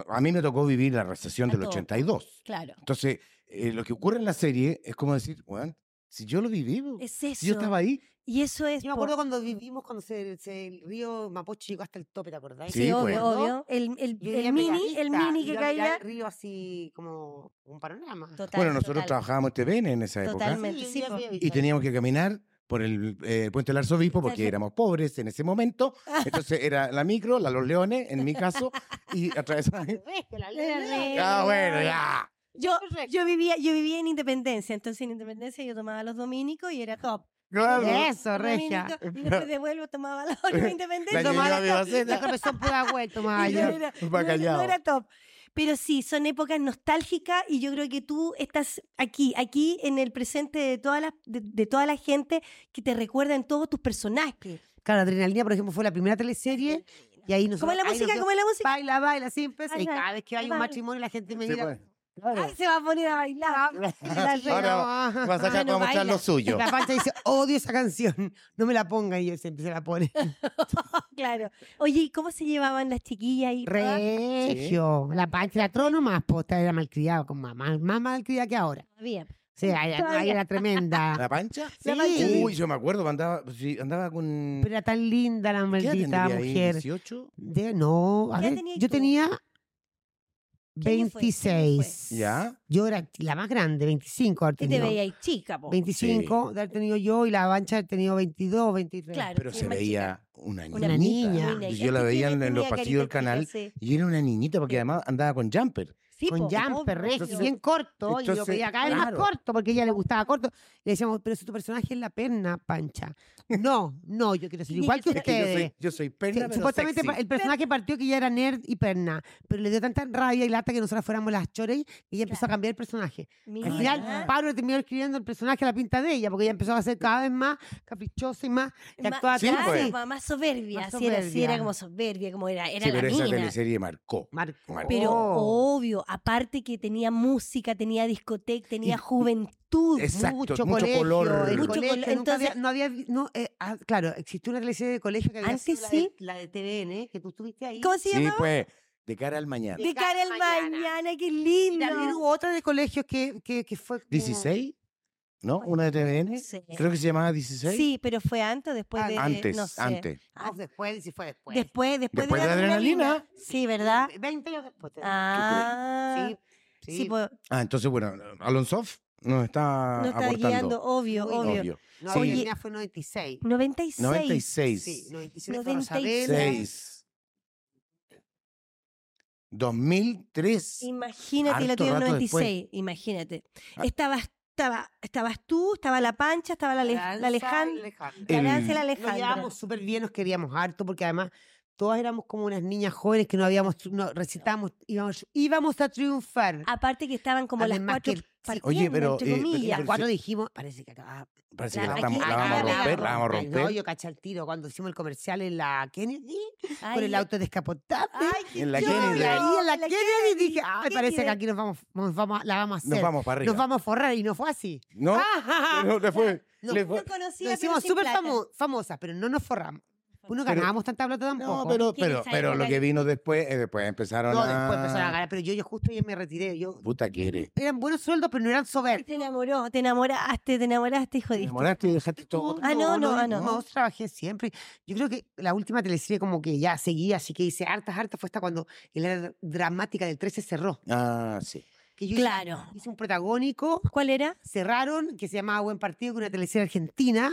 Speaker 2: a mí me tocó vivir la recesión
Speaker 3: A
Speaker 2: del
Speaker 3: todos.
Speaker 2: 82.
Speaker 3: Claro,
Speaker 2: Entonces, eh, lo que ocurre en la serie es como decir, bueno, si yo lo viví, bo,
Speaker 3: es eso.
Speaker 2: si yo estaba ahí.
Speaker 3: Y eso es,
Speaker 4: Yo me
Speaker 3: po-
Speaker 4: acuerdo cuando vivimos, cuando se, se- el río Mapocho llegó hasta el tope, ¿te acordás?
Speaker 3: sí,
Speaker 2: Sí,
Speaker 3: obvio,
Speaker 2: pues.
Speaker 3: obvio, el, el,
Speaker 4: Yo
Speaker 3: el
Speaker 4: vivía
Speaker 3: mini, el
Speaker 4: pegadita,
Speaker 3: mini
Speaker 4: y
Speaker 3: que
Speaker 4: yo miraba
Speaker 3: caía.
Speaker 4: el río así como un panorama.
Speaker 3: Total,
Speaker 2: bueno, nosotros
Speaker 3: total.
Speaker 2: trabajábamos en TVN en esa época.
Speaker 3: Totalmente.
Speaker 4: yo
Speaker 3: sí,
Speaker 4: ya
Speaker 3: po.
Speaker 4: había visto
Speaker 2: y
Speaker 4: eso.
Speaker 2: teníamos que caminar por el eh, puente del arzobispo porque
Speaker 3: Exacto.
Speaker 2: éramos pobres en ese momento. Entonces era la micro, la Los Leones, en mi caso, y atravesaba.
Speaker 4: Ves que la
Speaker 3: Era
Speaker 4: ley-
Speaker 3: re-
Speaker 2: Ah, bueno, ya.
Speaker 3: Yo,
Speaker 4: Correcto.
Speaker 3: yo vivía, yo vivía en Independencia, entonces en Independencia yo tomaba los dominicos y era top.
Speaker 2: Claro.
Speaker 4: Eso,
Speaker 3: Los
Speaker 4: regia.
Speaker 3: dominicos, Y después de vuelvo tomaba la otra Independencia.
Speaker 2: La
Speaker 3: y tomaba
Speaker 2: llevaba
Speaker 3: la
Speaker 2: a
Speaker 3: top,
Speaker 2: Vivacena.
Speaker 4: La profesora puede haber vuelto más
Speaker 3: y no
Speaker 2: ya. pues
Speaker 4: allá.
Speaker 3: era-
Speaker 2: Un
Speaker 3: no era-
Speaker 2: bacallao.
Speaker 3: no era top. Pero sí, son épocas nostálgicas y yo creo que tú estás aquí, aquí en el presente de toda la, de, de toda la gente que te recuerda en todos tus personajes.
Speaker 4: Claro, Adrenalina, por ejemplo, fue la primera teleserie y ahí nos
Speaker 3: ¿Cómo es la música? ¿Cómo es la música?
Speaker 4: Baila, baila, siempre.
Speaker 3: Ajá.
Speaker 4: Y cada vez que hay un
Speaker 3: Claro.
Speaker 4: matrimonio la gente me
Speaker 2: Sí,
Speaker 4: mira.
Speaker 2: pues.
Speaker 3: Ay, se va a poner a
Speaker 4: Ah.
Speaker 3: bailar.
Speaker 4: La reina,
Speaker 2: Ahora
Speaker 4: ah.
Speaker 2: Vas
Speaker 3: Ah,
Speaker 2: allá,
Speaker 3: no
Speaker 2: vamos a mostrar
Speaker 3: baila.
Speaker 2: lo suyo.
Speaker 4: La pancha dice, odio esa canción, no me la ponga y yo siempre se la pone.
Speaker 3: Claro. Oye, ¿y cómo se llevaban las chiquillas ahí?
Speaker 4: Regio, la pancha era trono más posta, era malcriada, con mamá, más malcriada que ahora.
Speaker 3: Bien.
Speaker 4: O sea, era,
Speaker 3: Todavía.
Speaker 4: era tremenda.
Speaker 2: ¿La pancha?
Speaker 4: La pancha.
Speaker 2: Uy, yo me acuerdo, andaba, sí, andaba con.
Speaker 4: Pero era tan linda la
Speaker 2: ¿Qué edad
Speaker 4: maldita
Speaker 2: tendría ahí?
Speaker 4: mujer.
Speaker 2: ¿18?
Speaker 4: De- no, a
Speaker 3: ¿Qué edad
Speaker 4: ver,
Speaker 3: tenías
Speaker 4: yo
Speaker 3: tú?
Speaker 4: tenía
Speaker 3: ¿Qué año fue? ¿Qué año fue?
Speaker 4: 26.
Speaker 2: ¿Ya?
Speaker 4: Yo era la más grande, 25. haber
Speaker 3: Que te
Speaker 4: tenido.
Speaker 3: veía ahí chica, po.
Speaker 4: 25 de haber tenido yo y la Bancha haber tenido 22, 23.
Speaker 3: Claro.
Speaker 2: Pero
Speaker 3: sí,
Speaker 2: se
Speaker 3: más
Speaker 2: veía una niña.
Speaker 4: Una niña.
Speaker 3: Mira,
Speaker 2: Y
Speaker 3: y
Speaker 2: yo la
Speaker 3: este
Speaker 2: veía en,
Speaker 3: tiene-
Speaker 2: en los
Speaker 3: tenía
Speaker 2: pasillos del
Speaker 3: carita chica, sí.
Speaker 2: canal. Y era una niñita porque además andaba con jumper.
Speaker 3: Sí,
Speaker 4: con
Speaker 3: po,
Speaker 4: jumper,
Speaker 3: obvio.
Speaker 4: regio,
Speaker 3: Entonces,
Speaker 4: bien corto. y yo
Speaker 2: entonces,
Speaker 4: pedía cada vez más
Speaker 2: claro.
Speaker 4: corto porque a ella le gustaba corto. Le decíamos, pero si tu personaje es la perna, Pancha. No, no, yo quiero ser
Speaker 3: Tiene
Speaker 4: igual
Speaker 3: que
Speaker 4: que
Speaker 3: ser
Speaker 2: Es que yo
Speaker 4: ustedes.
Speaker 2: soy, yo soy
Speaker 4: Sí,
Speaker 2: perna, pero
Speaker 4: Supuestamente
Speaker 2: sexy.
Speaker 4: pa- el personaje partió que ella era nerd y perna, pero le dio tanta rabia y lata que nosotras fuéramos las chores y ella empezó a cambiar el personaje.
Speaker 3: mira.
Speaker 4: Al final, Pablo le terminó escribiendo el personaje a la pinta de ella, porque ella empezó a ser cada vez más caprichosa y más. Y
Speaker 3: Ma-
Speaker 4: actuaba
Speaker 2: Sí,
Speaker 4: tan-
Speaker 3: claro,
Speaker 2: pues.
Speaker 3: ma- más soberbia,
Speaker 4: Más
Speaker 3: así era, así era
Speaker 4: soberbia.
Speaker 3: como soberbia, como era, era
Speaker 2: Sí,
Speaker 3: la
Speaker 2: pero esa
Speaker 3: mina.
Speaker 2: teleserie marcó.
Speaker 4: Marcó.
Speaker 3: Pero
Speaker 4: Oh.
Speaker 3: obvio, aparte que tenía música, tenía discoteca, tenía
Speaker 2: Y-
Speaker 3: juventud.
Speaker 2: Exacto,
Speaker 4: mucho,
Speaker 2: mucho color.
Speaker 4: color.
Speaker 3: Mucho color,
Speaker 4: entonces,
Speaker 3: entonces-
Speaker 4: no había. No, eh, ah, claro, existió una teleserie de colegio que había
Speaker 3: Antes
Speaker 4: sido la de-
Speaker 3: sí.
Speaker 4: la de, TVN, eh, que tú estuviste ahí.
Speaker 3: ¿Cómo se
Speaker 2: Sí,
Speaker 3: llamaba?
Speaker 2: pues, de cara al mañana.
Speaker 3: De cara al
Speaker 4: Mañana.
Speaker 3: mañana, qué
Speaker 4: Y
Speaker 3: lindo.
Speaker 4: También hubo otra de colegios que, que, que fue. como-
Speaker 2: ¿16? ¿No? ¿Una de TVN?
Speaker 3: Sí.
Speaker 2: Creo que se llamaba 16.
Speaker 3: Sí, pero fue antes o después de.
Speaker 2: Antes,
Speaker 3: no sé.
Speaker 2: antes.
Speaker 4: Ah, después, sí fue después.
Speaker 3: Después, después,
Speaker 2: Después de Adrenalina.
Speaker 3: Sí, ¿verdad?
Speaker 4: 20 años después. te-
Speaker 3: Ah.
Speaker 4: Sí,
Speaker 3: Sí,
Speaker 4: sí.
Speaker 3: pues,
Speaker 2: Ah, entonces, bueno, Alonso nos está
Speaker 3: nos está
Speaker 2: aportando.
Speaker 3: guiando, obio,
Speaker 4: Muy
Speaker 3: obvio,
Speaker 4: bien.
Speaker 3: obvio.
Speaker 2: Ah, Obvio.
Speaker 4: No,
Speaker 2: Sí.
Speaker 4: Oye, fue 96.
Speaker 3: 96.
Speaker 2: 96.
Speaker 4: Sí, 96.
Speaker 3: 96.
Speaker 2: 6. 2003.
Speaker 3: Imagínate, la
Speaker 2: Harto
Speaker 3: tuya en
Speaker 2: rato
Speaker 3: 96, imagínate.
Speaker 2: Ah.
Speaker 3: Estaba, estaba, estabas tú, estaba la Pancha, estaba la, Le- la Alejandra. La
Speaker 2: El-
Speaker 3: Aranza y la
Speaker 4: Nos
Speaker 3: Alejandra.
Speaker 4: llevábamos súper bien, nos queríamos harto, porque además todas éramos como unas niñas jóvenes que no habíamos, no, recitábamos, íbamos, íbamos a triunfar.
Speaker 3: Aparte que estaban como las
Speaker 4: Además
Speaker 3: cuatro
Speaker 4: que- sí.
Speaker 3: partiendo,
Speaker 2: Oye, pero,
Speaker 3: entre
Speaker 2: eh, pero-
Speaker 3: comillas.
Speaker 4: Las cuatro dijimos, parece que acá
Speaker 2: Parece que
Speaker 3: Claro,
Speaker 2: la, estamos-
Speaker 3: aquí-
Speaker 2: la vamos a
Speaker 3: acá la
Speaker 2: romper, la vamos a
Speaker 4: rompen. No,
Speaker 2: romper.
Speaker 4: yo caché el tiro cuando hicimos el comercial en la Kennedy,
Speaker 3: Ay,
Speaker 4: con el auto descapotable.
Speaker 3: ay, qué
Speaker 2: En la
Speaker 3: lloro.
Speaker 2: Kennedy.
Speaker 4: Y ahí en la,
Speaker 3: La
Speaker 4: Kennedy dije, ay,
Speaker 3: Kennedy.
Speaker 4: parece que aquí nos vamos, nos vamos a- la vamos a hacer.
Speaker 2: Nos vamos para arriba.
Speaker 4: Nos vamos a forrar y no fue así.
Speaker 2: No,
Speaker 4: Ah, ah, ah.
Speaker 2: no, le fue.
Speaker 4: No,
Speaker 2: le
Speaker 3: No
Speaker 2: fue.
Speaker 3: conocía,
Speaker 4: Nos
Speaker 3: pero
Speaker 4: hicimos
Speaker 3: sin
Speaker 4: súper
Speaker 3: plata.
Speaker 4: famo- famosas, pero no nos forramos. Pues no
Speaker 2: Pero-
Speaker 4: ganábamos tanta plata tampoco.
Speaker 2: No, pero,
Speaker 3: Que en
Speaker 2: pero,
Speaker 3: esa
Speaker 2: pero lo
Speaker 3: época-
Speaker 2: que vino después, eh, después empezaron
Speaker 4: No,
Speaker 2: a...
Speaker 4: después empezaron a ganar. Pero yo, yo justo ya me retiré. Yo,
Speaker 2: Puta quiere.
Speaker 4: eran buenos sueldos, pero no eran
Speaker 3: Y
Speaker 4: soberbios.
Speaker 3: te enamoró, te enamoraste, te enamoraste, hijo
Speaker 2: Te
Speaker 3: de
Speaker 2: enamoraste y dejaste todo.
Speaker 3: Ah, no, no, ah, no.
Speaker 4: yo trabajé siempre. Yo creo que la última teleserie como que ya seguía, así que hice hartas, hartas, fue hasta cuando el área dramática del 13 cerró.
Speaker 2: Ah, sí.
Speaker 4: Que yo hice-
Speaker 3: Claro.
Speaker 4: hice un protagónico
Speaker 3: ¿Cuál era?
Speaker 4: cerraron, que se llamaba Buen Partido, que era una teleserie argentina,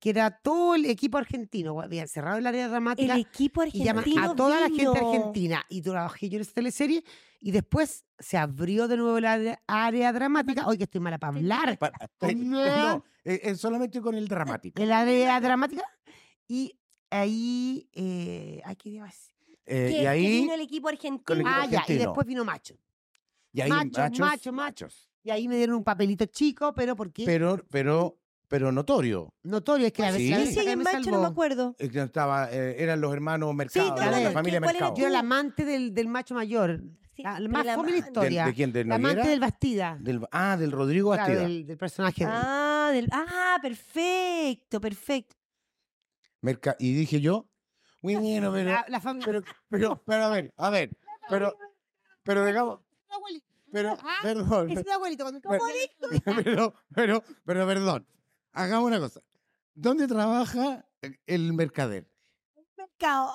Speaker 4: que era todo el equipo argentino. Habían cerrado el área
Speaker 3: El
Speaker 4: dramática
Speaker 3: equipo
Speaker 4: y
Speaker 3: argentino.
Speaker 4: llaman a toda la gente
Speaker 3: vino.
Speaker 4: argentina. Y trabajé yo en esa teleserie y después se abrió de nuevo el área, área dramática. Hoy que estoy mala para hablar.
Speaker 2: Pa- eh, no, eh, eh, solamente con el dramático.
Speaker 4: El área dramática. Y ahí. Eh, ay, ¿qué iba a decir?
Speaker 2: Eh,
Speaker 3: Que-
Speaker 2: y
Speaker 3: que
Speaker 2: ahí,
Speaker 3: vino el equipo argentino.
Speaker 2: con el equipo
Speaker 4: Ah, ya. Y
Speaker 2: argentino.
Speaker 4: después vino Macho.
Speaker 2: y ahí
Speaker 4: macho,
Speaker 2: machos,
Speaker 4: macho, macho. Y ahí me dieron un papelito chico, pero porque
Speaker 2: Pero, pero, pero notorio.
Speaker 4: notorio es que la vez
Speaker 2: Sí.
Speaker 4: la
Speaker 3: ¿Qué
Speaker 4: vez
Speaker 3: sigue
Speaker 4: que
Speaker 3: en
Speaker 4: me
Speaker 3: Macho? No me
Speaker 4: salvó.
Speaker 3: acuerdo.
Speaker 2: Eh, que Estaba, eh, eran los hermanos Mercado,
Speaker 3: no,
Speaker 2: la,
Speaker 4: no,
Speaker 2: la
Speaker 4: no,
Speaker 2: familia
Speaker 3: ¿cuál era
Speaker 2: Mercado.
Speaker 4: Yo era la amante del, del macho mayor.
Speaker 3: Sí,
Speaker 4: La,
Speaker 3: pero
Speaker 4: más
Speaker 3: la
Speaker 4: fome de la
Speaker 3: ma-
Speaker 2: ¿Del-
Speaker 4: historia.
Speaker 2: ¿De quién? ¿Del
Speaker 4: la amante
Speaker 2: Noguera?
Speaker 4: del Bastida.
Speaker 2: Del- ah, del Rodrigo
Speaker 4: Claro,
Speaker 2: Bastida.
Speaker 4: del, del personaje. de él.
Speaker 3: Ah, del- ah, perfecto, perfecto.
Speaker 2: Merca- y dije yo, muy bueno, pero,
Speaker 4: la, la familia.
Speaker 2: pero, pero, pero, a ver, a ver, pero, pero, digamos,
Speaker 4: El abuelito,
Speaker 2: pero,
Speaker 4: Ah,
Speaker 2: perdón,
Speaker 4: es el abuelito. Cuando
Speaker 2: Bueno. pero, pero, pero, perdón, hagamos una cosa. ¿Dónde trabaja el mercader?
Speaker 3: Mercado.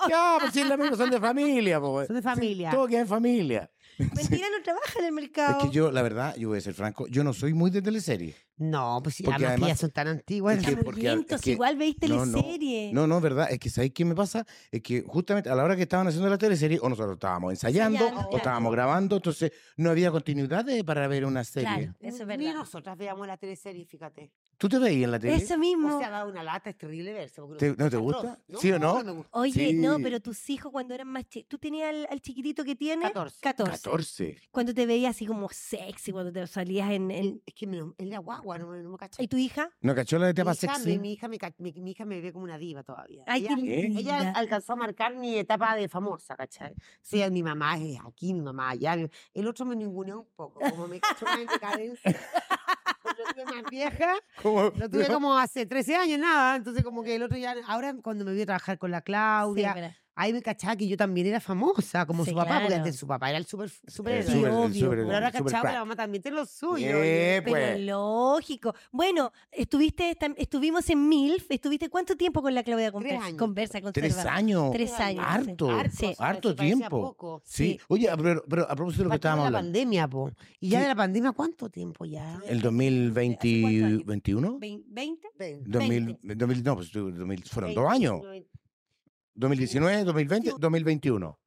Speaker 3: Oh,
Speaker 2: Ya, pues si es la misma, son de familia, po,
Speaker 4: Son de
Speaker 2: sí,
Speaker 4: familia.
Speaker 2: todo queda en familia.
Speaker 3: mentira, no trabaja en el
Speaker 2: Es
Speaker 3: mercado.
Speaker 2: que yo, la verdad, yo voy a ser franco, yo no soy muy de teleserie.
Speaker 4: No, pues sí,
Speaker 2: Porque
Speaker 4: además, que
Speaker 2: además-
Speaker 4: ya son tan antiguas.
Speaker 2: es que- porque a-
Speaker 3: Chamullentos,
Speaker 2: es que-
Speaker 3: igual veis
Speaker 2: no, no,
Speaker 3: teleserie.
Speaker 2: No, no, verdad, es que ¿sabéis qué me pasa? Es que justamente a la hora que estaban haciendo la teleserie, o nosotros estábamos ensayando,
Speaker 3: Ensayando,
Speaker 2: o
Speaker 3: claro.
Speaker 2: estábamos grabando, entonces no había continuidad de- para ver una serie.
Speaker 3: Claro, eso es
Speaker 4: Ni
Speaker 3: verdad.
Speaker 4: nosotras veíamos la teleserie, fíjate.
Speaker 2: ¿Tú te veías en la tele?
Speaker 3: Eso mismo.
Speaker 4: No se ha dado una lata, es terrible verse. porque
Speaker 2: ¿Te-
Speaker 4: uno-
Speaker 2: no te
Speaker 4: atroz.
Speaker 2: gusta? ¿Sí o no?
Speaker 4: me gusta.
Speaker 3: Oye, no,
Speaker 2: Sí.
Speaker 3: pero tus hijos cuando eran más chicos, tú tenías al, al chiquitito que tiene
Speaker 4: 14.
Speaker 3: 14.
Speaker 2: 14.
Speaker 3: Cuando te veías así como sexy, cuando te salías en el...
Speaker 4: Es que me, lo- es la guagua, no, me- no me cacha.
Speaker 3: ¿Y tu hija?
Speaker 2: ¿No cachó la de
Speaker 4: Mi
Speaker 2: Tapa
Speaker 4: hija, mi,
Speaker 2: Sexy?
Speaker 4: mi hija me, ca- mi- mi hija me ve como una diva todavía.
Speaker 3: Ay,
Speaker 4: ella,
Speaker 3: qué
Speaker 2: ¿Eh?
Speaker 4: ella
Speaker 3: linda.
Speaker 4: alcanzó a marcar mi etapa de famosa, ¿cachai? Sí, mi mamá es aquí, mi mamá allá. mi- El otro me ninguneó un poco, como me cachó más en decadencia. Yo tuve más vieja,
Speaker 2: ¿Cómo?
Speaker 4: lo tuve como hace 13 años, nada. Entonces, como que el otro ya. Ahora, cuando me vio trabajar con la Claudia,
Speaker 3: Sí, verdad.
Speaker 4: ahí me cachaba que yo también era famosa, como
Speaker 3: Sí,
Speaker 4: su papá, porque
Speaker 3: claro.
Speaker 4: antes su papá era el super,
Speaker 2: El
Speaker 4: superhéroe.
Speaker 3: Sí,
Speaker 2: super- el
Speaker 3: obvio.
Speaker 2: super-
Speaker 4: Pero ahora
Speaker 2: el super
Speaker 4: cachaba que la
Speaker 2: crack.
Speaker 4: mamá también tiene lo suyo. oye.
Speaker 2: Eh,
Speaker 3: Pero
Speaker 2: pues.
Speaker 3: lógico. Bueno, estuviste, tam- estuvimos en MILF, estuviste cuánto tiempo con la Claudia
Speaker 4: Tres
Speaker 3: Conversa,
Speaker 4: años.
Speaker 3: conversa
Speaker 2: Tres
Speaker 3: conserva?
Speaker 2: años.
Speaker 3: Tres años. sí.
Speaker 2: Harto.
Speaker 3: Sí.
Speaker 2: harto
Speaker 4: se parecía
Speaker 2: tiempo.
Speaker 4: poco.
Speaker 2: Sí. Oye, a- pero, pero a propósito de lo que
Speaker 4: Partió
Speaker 2: estábamos
Speaker 4: la
Speaker 2: hablando.
Speaker 4: pandemia, po. Y ya
Speaker 2: Sí.
Speaker 4: de la pandemia, ¿cuánto tiempo ya?
Speaker 2: ¿El
Speaker 3: ¿Hace cuántos años?
Speaker 2: 2021?
Speaker 3: Vein- ¿20?
Speaker 2: 2000, 2000, no, pues tú- 2000, fueron dos
Speaker 4: 20,
Speaker 2: años. 2019, 2020, 2021.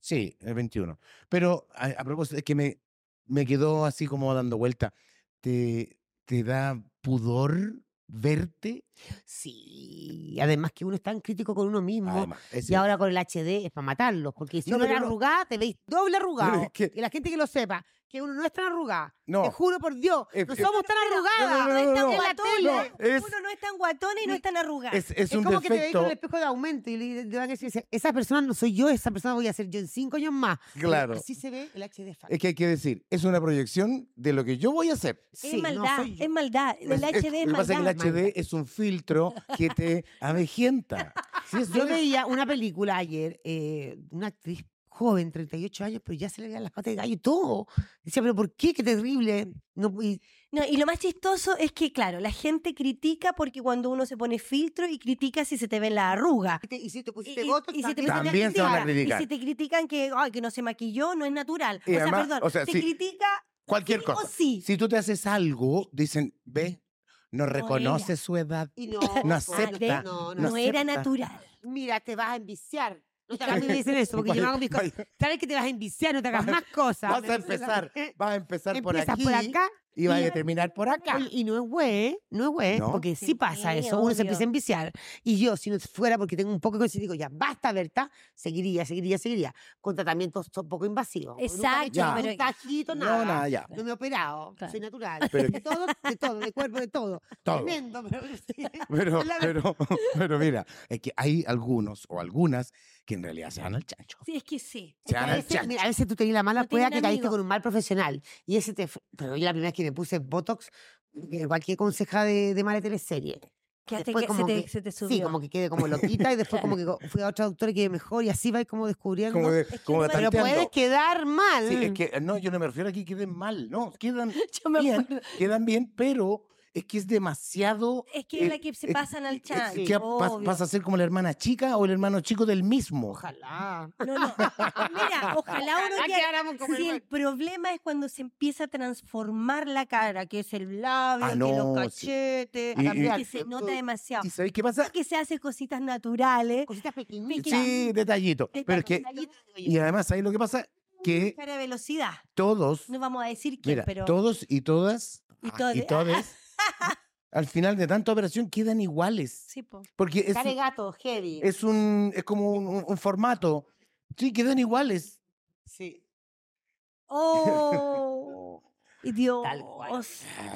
Speaker 2: Sí, el 21. Pero a, a propósito, es que me, me quedó así como dando vuelta. ¿Te, te da pudor verte?
Speaker 4: Sí, además que uno es tan crítico con uno mismo.
Speaker 2: Además, ese-
Speaker 4: Y ahora con el HD es para matarlos, porque si
Speaker 2: No,
Speaker 4: uno
Speaker 2: pero
Speaker 4: era
Speaker 2: no.
Speaker 4: arrugada, te veis doble arrugado.
Speaker 2: es que-
Speaker 4: Y la gente que lo sepa, que uno no es tan arrugada. Te
Speaker 2: no,
Speaker 4: juro por Dios,
Speaker 2: Es-
Speaker 4: no
Speaker 2: es-
Speaker 4: somos tan arrugadas.
Speaker 2: No, no,
Speaker 3: No es tan
Speaker 2: no, no,
Speaker 3: guatona.
Speaker 2: no, es-
Speaker 3: Uno no es tan guatona y no es tan arrugada.
Speaker 2: es, es
Speaker 4: Es
Speaker 2: un
Speaker 4: como que te veis con
Speaker 2: defecto.
Speaker 4: el espejo de aumento y le, le van a decir, esa persona no soy yo, esa persona voy a ser yo en cinco años más. Pero
Speaker 2: Claro.
Speaker 4: Así se ve el HD. es
Speaker 2: Es que hay que decir, es una proyección de lo que yo voy a hacer.
Speaker 3: Es maldad, es maldad. El
Speaker 2: Es- es-
Speaker 3: HD es
Speaker 2: lo que pasa es que
Speaker 3: maldad.
Speaker 2: el HD es un filtro que te avejenta. Sí, es-
Speaker 4: Yo veía una película ayer, eh, de una actriz joven, 38 años, pero ya se le veían las patas de gallo y todo. Decía, pero ¿por qué? Qué terrible. No, y-
Speaker 3: No, y lo más chistoso es que, claro, la gente critica porque cuando uno se pone filtro y critica si se te ve la arruga.
Speaker 4: y te- y si te
Speaker 3: Y,
Speaker 4: pusiste
Speaker 3: y-
Speaker 4: votos,
Speaker 3: y si te
Speaker 4: también.
Speaker 3: ponen
Speaker 2: También se van a
Speaker 3: critica.
Speaker 2: criticar.
Speaker 3: Y si te critican que, ay, que no se maquilló, no es natural.
Speaker 2: Y
Speaker 3: o sea,
Speaker 2: además,
Speaker 3: perdón,
Speaker 2: o sea,
Speaker 3: se
Speaker 2: sí,
Speaker 3: critica
Speaker 2: Cualquier
Speaker 3: sí
Speaker 2: cosa.
Speaker 3: o sí.
Speaker 2: Si tú te haces algo, dicen, ve, no reconoce su edad.
Speaker 4: Y no,
Speaker 2: No
Speaker 4: po,
Speaker 2: acepta,
Speaker 4: No, no,
Speaker 3: No,
Speaker 2: no
Speaker 3: era
Speaker 2: acepta.
Speaker 3: natural.
Speaker 4: Mira, te vas a enviciar. No te hagas me dicen eso, porque yo no hago mis cosas.
Speaker 2: Vaya-
Speaker 4: Sabes que te vas a enviciar, no te hagas
Speaker 2: Vas-
Speaker 4: más cosas.
Speaker 2: Vas
Speaker 4: Me
Speaker 2: a
Speaker 4: dicen la-
Speaker 2: empezar,
Speaker 4: Eh,
Speaker 2: vas a empezar por
Speaker 4: Empiezas
Speaker 2: aquí,
Speaker 4: por acá.
Speaker 2: y vas
Speaker 4: y-
Speaker 2: a terminar por acá.
Speaker 4: Oye, y no es güey, no es güey,
Speaker 2: ¿No?
Speaker 4: porque sí
Speaker 3: Sí,
Speaker 4: pasa eso, uno
Speaker 3: obvio.
Speaker 4: se empieza a enviciar. Y yo, si no fuera porque tengo un poco de conciencia, digo, ya basta, ¿verdad? Seguiría, seguiría, seguiría. Con tratamientos un poco invasivos. Nunca me he hecho
Speaker 2: Exacto,
Speaker 4: ningún
Speaker 3: pero-
Speaker 4: tajito,
Speaker 2: No,
Speaker 4: nada.
Speaker 2: nada, ya.
Speaker 4: No me he operado,
Speaker 3: Claro.
Speaker 4: soy natural.
Speaker 2: Pero-
Speaker 4: De todo, de todo, de cuerpo, de todo.
Speaker 2: Todo.
Speaker 4: Tremendo, pero sí.
Speaker 2: Pero,
Speaker 4: Es la verdad.
Speaker 2: pero, pero mira, es que hay algunos o algunas que en realidad se van al chancho.
Speaker 3: Sí, es que sí.
Speaker 2: Se
Speaker 4: A
Speaker 2: van al
Speaker 4: veces,
Speaker 2: chancho.
Speaker 4: mira, a veces tú tenías la mala
Speaker 3: No tenía
Speaker 4: cueva
Speaker 3: un
Speaker 4: que caíste
Speaker 3: amigo.
Speaker 4: con un mal profesional. Y ese te. fue- Pero yo la primera vez que me puse Botox, que cualquier conseja de, de mala teleserie.
Speaker 3: Que hasta
Speaker 4: Después
Speaker 3: que se
Speaker 4: como
Speaker 3: te,
Speaker 4: que-
Speaker 3: se te subió.
Speaker 4: Sí, como que quede como loquita y después como que co- fui a otra doctora y quedé mejor y así vais como descubriendo.
Speaker 2: Como, de-
Speaker 3: que
Speaker 2: como
Speaker 3: no
Speaker 2: de
Speaker 3: me-
Speaker 4: pero
Speaker 2: tanteando.
Speaker 4: puedes quedar mal.
Speaker 2: Sí, es que, no, yo no me refiero a que queden mal, no, quedan,
Speaker 3: Yo Mm. me
Speaker 2: bien,
Speaker 3: acuerdo.
Speaker 2: quedan bien, pero es que es demasiado...
Speaker 3: Es que es la
Speaker 2: eh,
Speaker 3: que se
Speaker 2: eh,
Speaker 3: pasan al
Speaker 2: eh,
Speaker 3: chancho.
Speaker 2: que pas-
Speaker 3: obvio.
Speaker 2: pasa a ser como la hermana chica o el hermano chico del mismo.
Speaker 4: Ojalá.
Speaker 3: No, no. Mira, ojalá uno
Speaker 4: Ojalá
Speaker 3: que
Speaker 4: quedáramos como
Speaker 3: Si
Speaker 4: el-
Speaker 3: el problema es cuando se empieza a transformar la cara, que es el labio,
Speaker 2: Ah,
Speaker 3: que
Speaker 2: no,
Speaker 3: los
Speaker 2: sí.
Speaker 3: cachetes,
Speaker 2: Y- y-
Speaker 3: también que
Speaker 4: y-
Speaker 3: se nota demasiado.
Speaker 2: ¿Y sabéis qué pasa?
Speaker 3: Que se hacen cositas naturales.
Speaker 4: Cositas pequeñitas.
Speaker 3: Pequeñas.
Speaker 2: Sí, detallito. Pero es que, y además, ahí lo que pasa? Que
Speaker 3: Cara de velocidad.
Speaker 2: todos,
Speaker 3: No vamos a decir quién,
Speaker 2: mira,
Speaker 3: pero.
Speaker 2: todos y todas
Speaker 3: Y
Speaker 2: ah,
Speaker 3: todes.
Speaker 2: y todes, al final de tanta operación quedan iguales.
Speaker 3: Sí, po.
Speaker 2: Porque es,
Speaker 4: Cara de gato, heavy.
Speaker 2: es un, es como un, un- un formato. Sí, quedan iguales.
Speaker 4: Sí.
Speaker 3: ¡Oh! y Dios.
Speaker 4: Tal cual.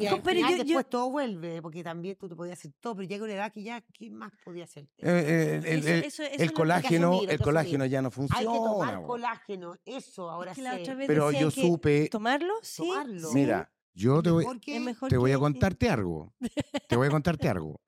Speaker 4: Y
Speaker 3: No,
Speaker 4: al
Speaker 3: pero
Speaker 4: final
Speaker 3: yo- yo-
Speaker 4: después todo vuelve, porque también tú te podías hacer todo, pero llega una edad que ya, ¿qué más podías hacer?
Speaker 2: Eh, eh, el,
Speaker 3: Eso-
Speaker 2: el-
Speaker 3: eso- eso
Speaker 2: el
Speaker 3: es lo que-
Speaker 2: colágeno,
Speaker 4: asumir, hay
Speaker 2: el
Speaker 4: que
Speaker 2: colágeno ya no
Speaker 4: Hay que tomar
Speaker 2: funciona. bo.
Speaker 4: colágeno, eso ahora
Speaker 3: Es que la
Speaker 4: sé.
Speaker 3: otra vez
Speaker 2: Pero
Speaker 3: decían
Speaker 2: yo
Speaker 3: que-
Speaker 2: supe,
Speaker 3: ¿Tomarlo? Sí.
Speaker 4: Tomarlo.
Speaker 2: mira, yo te voy,
Speaker 4: Mejor que-
Speaker 3: Es mejor
Speaker 2: te voy a
Speaker 3: que-
Speaker 2: contarte algo. Te voy a contarte algo.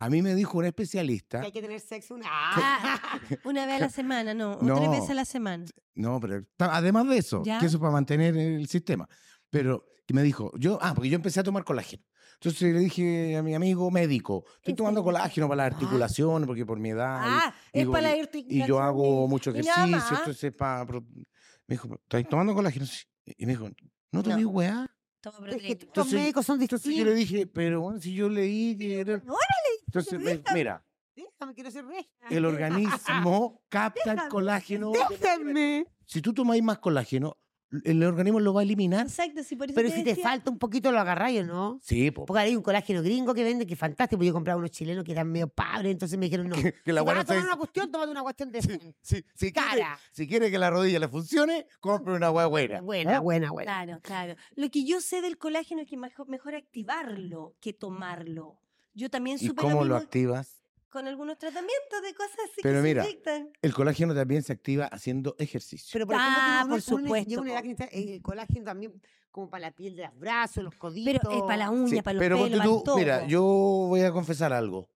Speaker 2: A mí me dijo un
Speaker 4: que
Speaker 2: especialista,
Speaker 4: hay que tener sexo una.
Speaker 3: Ah, una vez a la semana, no. o Tres
Speaker 2: No.
Speaker 3: veces a la semana.
Speaker 2: no, pero ta- además de eso,
Speaker 3: ¿Ya?
Speaker 2: que eso para mantener el sistema, pero que me dijo, yo, ah, porque yo empecé a tomar colágeno. Entonces le dije a mi amigo médico, estoy
Speaker 3: ¿En
Speaker 2: tomando
Speaker 3: serio?
Speaker 2: colágeno para las
Speaker 4: Ah.
Speaker 2: articulaciones, porque por mi edad. y-
Speaker 3: Ah, es
Speaker 2: digo,
Speaker 3: para la
Speaker 2: Y yo hago mucho
Speaker 3: y nada
Speaker 2: ejercicio,
Speaker 3: más.
Speaker 2: entonces pa, pro- me dijo, ¿estás tomando colágeno? Sí. Y me dijo, no tomé
Speaker 3: No.
Speaker 2: weá.
Speaker 3: Toma
Speaker 4: Es que
Speaker 3: proteína.
Speaker 4: los
Speaker 2: Entonces-
Speaker 4: médicos son
Speaker 2: Entonces yo le
Speaker 4: distintos.
Speaker 2: dije, pero bueno, si yo leí que era...
Speaker 3: órale,
Speaker 2: Entonces, me- mira,
Speaker 4: Déjame, quiero ser reja.
Speaker 2: el organismo capta el
Speaker 3: Déjame,
Speaker 2: colágeno.
Speaker 4: Déjame.
Speaker 2: Si tú tomáis más colágeno, el organismo lo va a eliminar.
Speaker 3: Exacto, sí, por eso
Speaker 4: Pero si te
Speaker 3: decía.
Speaker 4: falta un poquito, lo agarráis, ¿o ¿no?
Speaker 2: Sí, po.
Speaker 4: Porque ahora hay un colágeno gringo que vende que es fantástico. Yo compraba unos chilenos que eran medio padres, entonces me dijeron, no.
Speaker 2: Que, que la
Speaker 4: si vas
Speaker 2: buena
Speaker 4: a tomar
Speaker 2: se-
Speaker 4: una cuestión, tómate una cuestión de
Speaker 2: si, si quiere,
Speaker 4: cara.
Speaker 2: si quiere que la rodilla le funcione, compre una hueá buena.
Speaker 4: Buena,
Speaker 2: ¿Ah?
Speaker 4: buena, buena.
Speaker 3: Claro, claro. Lo que yo sé del colágeno es que mejo- mejor, activarlo que tomarlo. Yo también
Speaker 2: ¿Y
Speaker 3: supe
Speaker 2: cómo lo
Speaker 3: mismo
Speaker 2: activas?
Speaker 3: con algunos tratamientos de cosas así
Speaker 2: Pero
Speaker 3: que
Speaker 2: mira,
Speaker 3: se inyectan.
Speaker 2: El colágeno también se activa haciendo ejercicio.
Speaker 4: Pero por ejemplo,
Speaker 3: Ah, por
Speaker 4: tiene uno- uno le- llega
Speaker 3: supuesto,
Speaker 4: una edad
Speaker 3: po.
Speaker 4: que necesita, eh, el colágeno también como para la piel de los brazos, los
Speaker 3: Pero
Speaker 4: coditos.
Speaker 3: es para las uñas,
Speaker 2: Sí,
Speaker 3: para los
Speaker 2: pero
Speaker 3: pelos,
Speaker 2: ponte
Speaker 3: para
Speaker 2: tú,
Speaker 3: todo.
Speaker 2: mira, yo voy a confesar algo.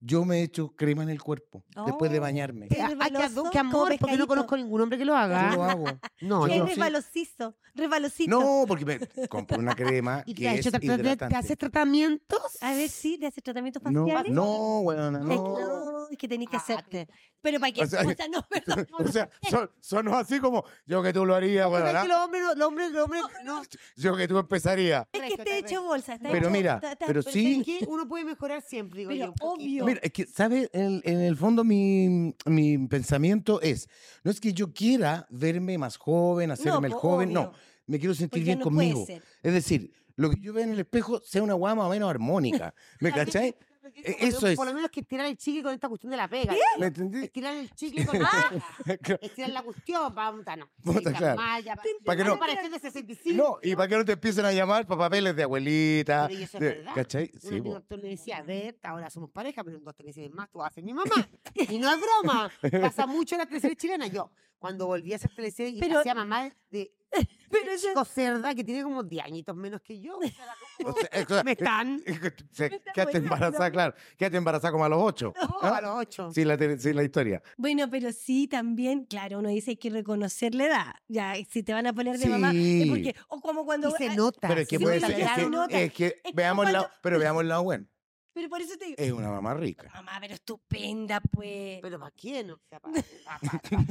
Speaker 2: Yo me he hecho crema en el cuerpo después de
Speaker 3: Oh.
Speaker 2: bañarme.
Speaker 4: Ah, ah, qué, adu-
Speaker 3: resbaloso,
Speaker 4: qué
Speaker 3: como
Speaker 4: amor, porque no
Speaker 3: pescadito.
Speaker 4: conozco ningún hombre que lo haga.
Speaker 2: Yo lo hago.
Speaker 4: No,
Speaker 2: yo
Speaker 3: es
Speaker 4: yo.
Speaker 2: sí.
Speaker 3: rebalocizo, rebalocito.
Speaker 2: No, porque me compré una crema
Speaker 4: ¿Y
Speaker 2: que
Speaker 4: te, has
Speaker 2: es
Speaker 4: hecho tra- tra- te
Speaker 2: hidratante.
Speaker 4: haces tratamientos?
Speaker 3: A ver si te haces tratamientos
Speaker 2: No,
Speaker 3: faciales.
Speaker 2: no, weona,
Speaker 3: Es que,
Speaker 2: no.
Speaker 3: no, es que tenés que
Speaker 4: Ah,
Speaker 3: hacerte. Pero para qué
Speaker 2: O sea,
Speaker 3: cosa, no, perdón.
Speaker 2: O sea, son, sonó así como yo que tú lo harías,
Speaker 4: Porque
Speaker 2: weona,
Speaker 4: sabes que los hombres, no- los hombres, los hombres, no.
Speaker 2: yo que tú empezarías.
Speaker 3: Es que
Speaker 4: Correcto,
Speaker 3: esté hecho
Speaker 4: correcto.
Speaker 3: bolsa. está
Speaker 2: Pero
Speaker 3: hecho-
Speaker 2: mira,
Speaker 3: está- está-
Speaker 2: pero
Speaker 3: está
Speaker 4: ¿En
Speaker 2: sí-
Speaker 4: qué uno puede mejorar siempre? Digo
Speaker 3: Pero
Speaker 4: yo, un poquito.
Speaker 3: obvio.
Speaker 2: Mira, es que, ¿sabes? En, en el fondo mi, mi pensamiento es, no es que yo quiera verme más joven, hacerme el
Speaker 3: po,
Speaker 2: joven, no,
Speaker 3: obvio,
Speaker 2: me quiero sentir
Speaker 3: porque
Speaker 2: bien
Speaker 3: no puede
Speaker 2: conmigo.
Speaker 3: ser.
Speaker 2: Es decir, lo que yo veo en el espejo sea una guama más o menos armónica, ¿me
Speaker 4: También
Speaker 2: cachai?
Speaker 4: yo creo que
Speaker 2: E-
Speaker 4: por lo-
Speaker 2: eso
Speaker 4: Por lo
Speaker 2: es.
Speaker 4: menos que estirar el chicle con esta cuestión de la pega.
Speaker 2: ¿Me
Speaker 4: digo.
Speaker 2: entendí?
Speaker 4: Estirar el chicle con la pega. Estirar la cuestión, pa, puta, no.
Speaker 2: Ah. Puta,
Speaker 4: Está
Speaker 2: claro.
Speaker 4: mal, ya, pa-
Speaker 2: Pa' que
Speaker 4: Ah,
Speaker 2: no-
Speaker 4: no parecer de 65.
Speaker 2: No, y para que no te empiecen a llamar para papeles de abuelita.
Speaker 4: Pero y eso es
Speaker 2: de-
Speaker 4: verdad.
Speaker 2: ¿Cachai?
Speaker 4: Un
Speaker 2: Sí,
Speaker 4: amigo
Speaker 2: po.
Speaker 4: doctor me decía, a ver, ahora somos pareja, pero en dos, tres meses más tú vas a ser mi mamá. Y no es broma. Pasa mucho en las teleseries chilenas. Yo, cuando volví a hacer teleseries, y
Speaker 3: Pero-
Speaker 4: hacía mamá de
Speaker 3: Pero yo-
Speaker 4: chico cerda que tiene como 10 añitos menos que yo.
Speaker 2: Ah. O sea, es cosa-
Speaker 4: Me están.
Speaker 2: Se-
Speaker 3: está
Speaker 2: Quédate
Speaker 3: buena,
Speaker 2: embarazada,
Speaker 3: no.
Speaker 2: claro. Quédate embarazada como a los ocho.
Speaker 4: Oh,
Speaker 2: ¿Ah?
Speaker 4: a los 8.
Speaker 2: Sí, la, tele- sí, la historia.
Speaker 3: Bueno, pero sí, también, claro, uno dice hay que reconocer la edad. Ya, si te van a poner de mamá,
Speaker 2: Sí.
Speaker 3: es porque, o como cuando.
Speaker 4: Y se
Speaker 3: ah,
Speaker 4: nota.
Speaker 2: Pero es que
Speaker 3: sí,
Speaker 2: puede
Speaker 3: la
Speaker 2: ser. Es
Speaker 3: claro,
Speaker 2: que,
Speaker 3: nota.
Speaker 2: es que
Speaker 3: como
Speaker 2: veamos, el lado,
Speaker 3: cuando-
Speaker 2: pero veamos el lado bueno.
Speaker 3: Pero por eso te digo,
Speaker 2: Es una mamá rica.
Speaker 3: mamá, pero estupenda, pues.
Speaker 4: Pero ¿para quién? O sea, para, para- para tu mamá.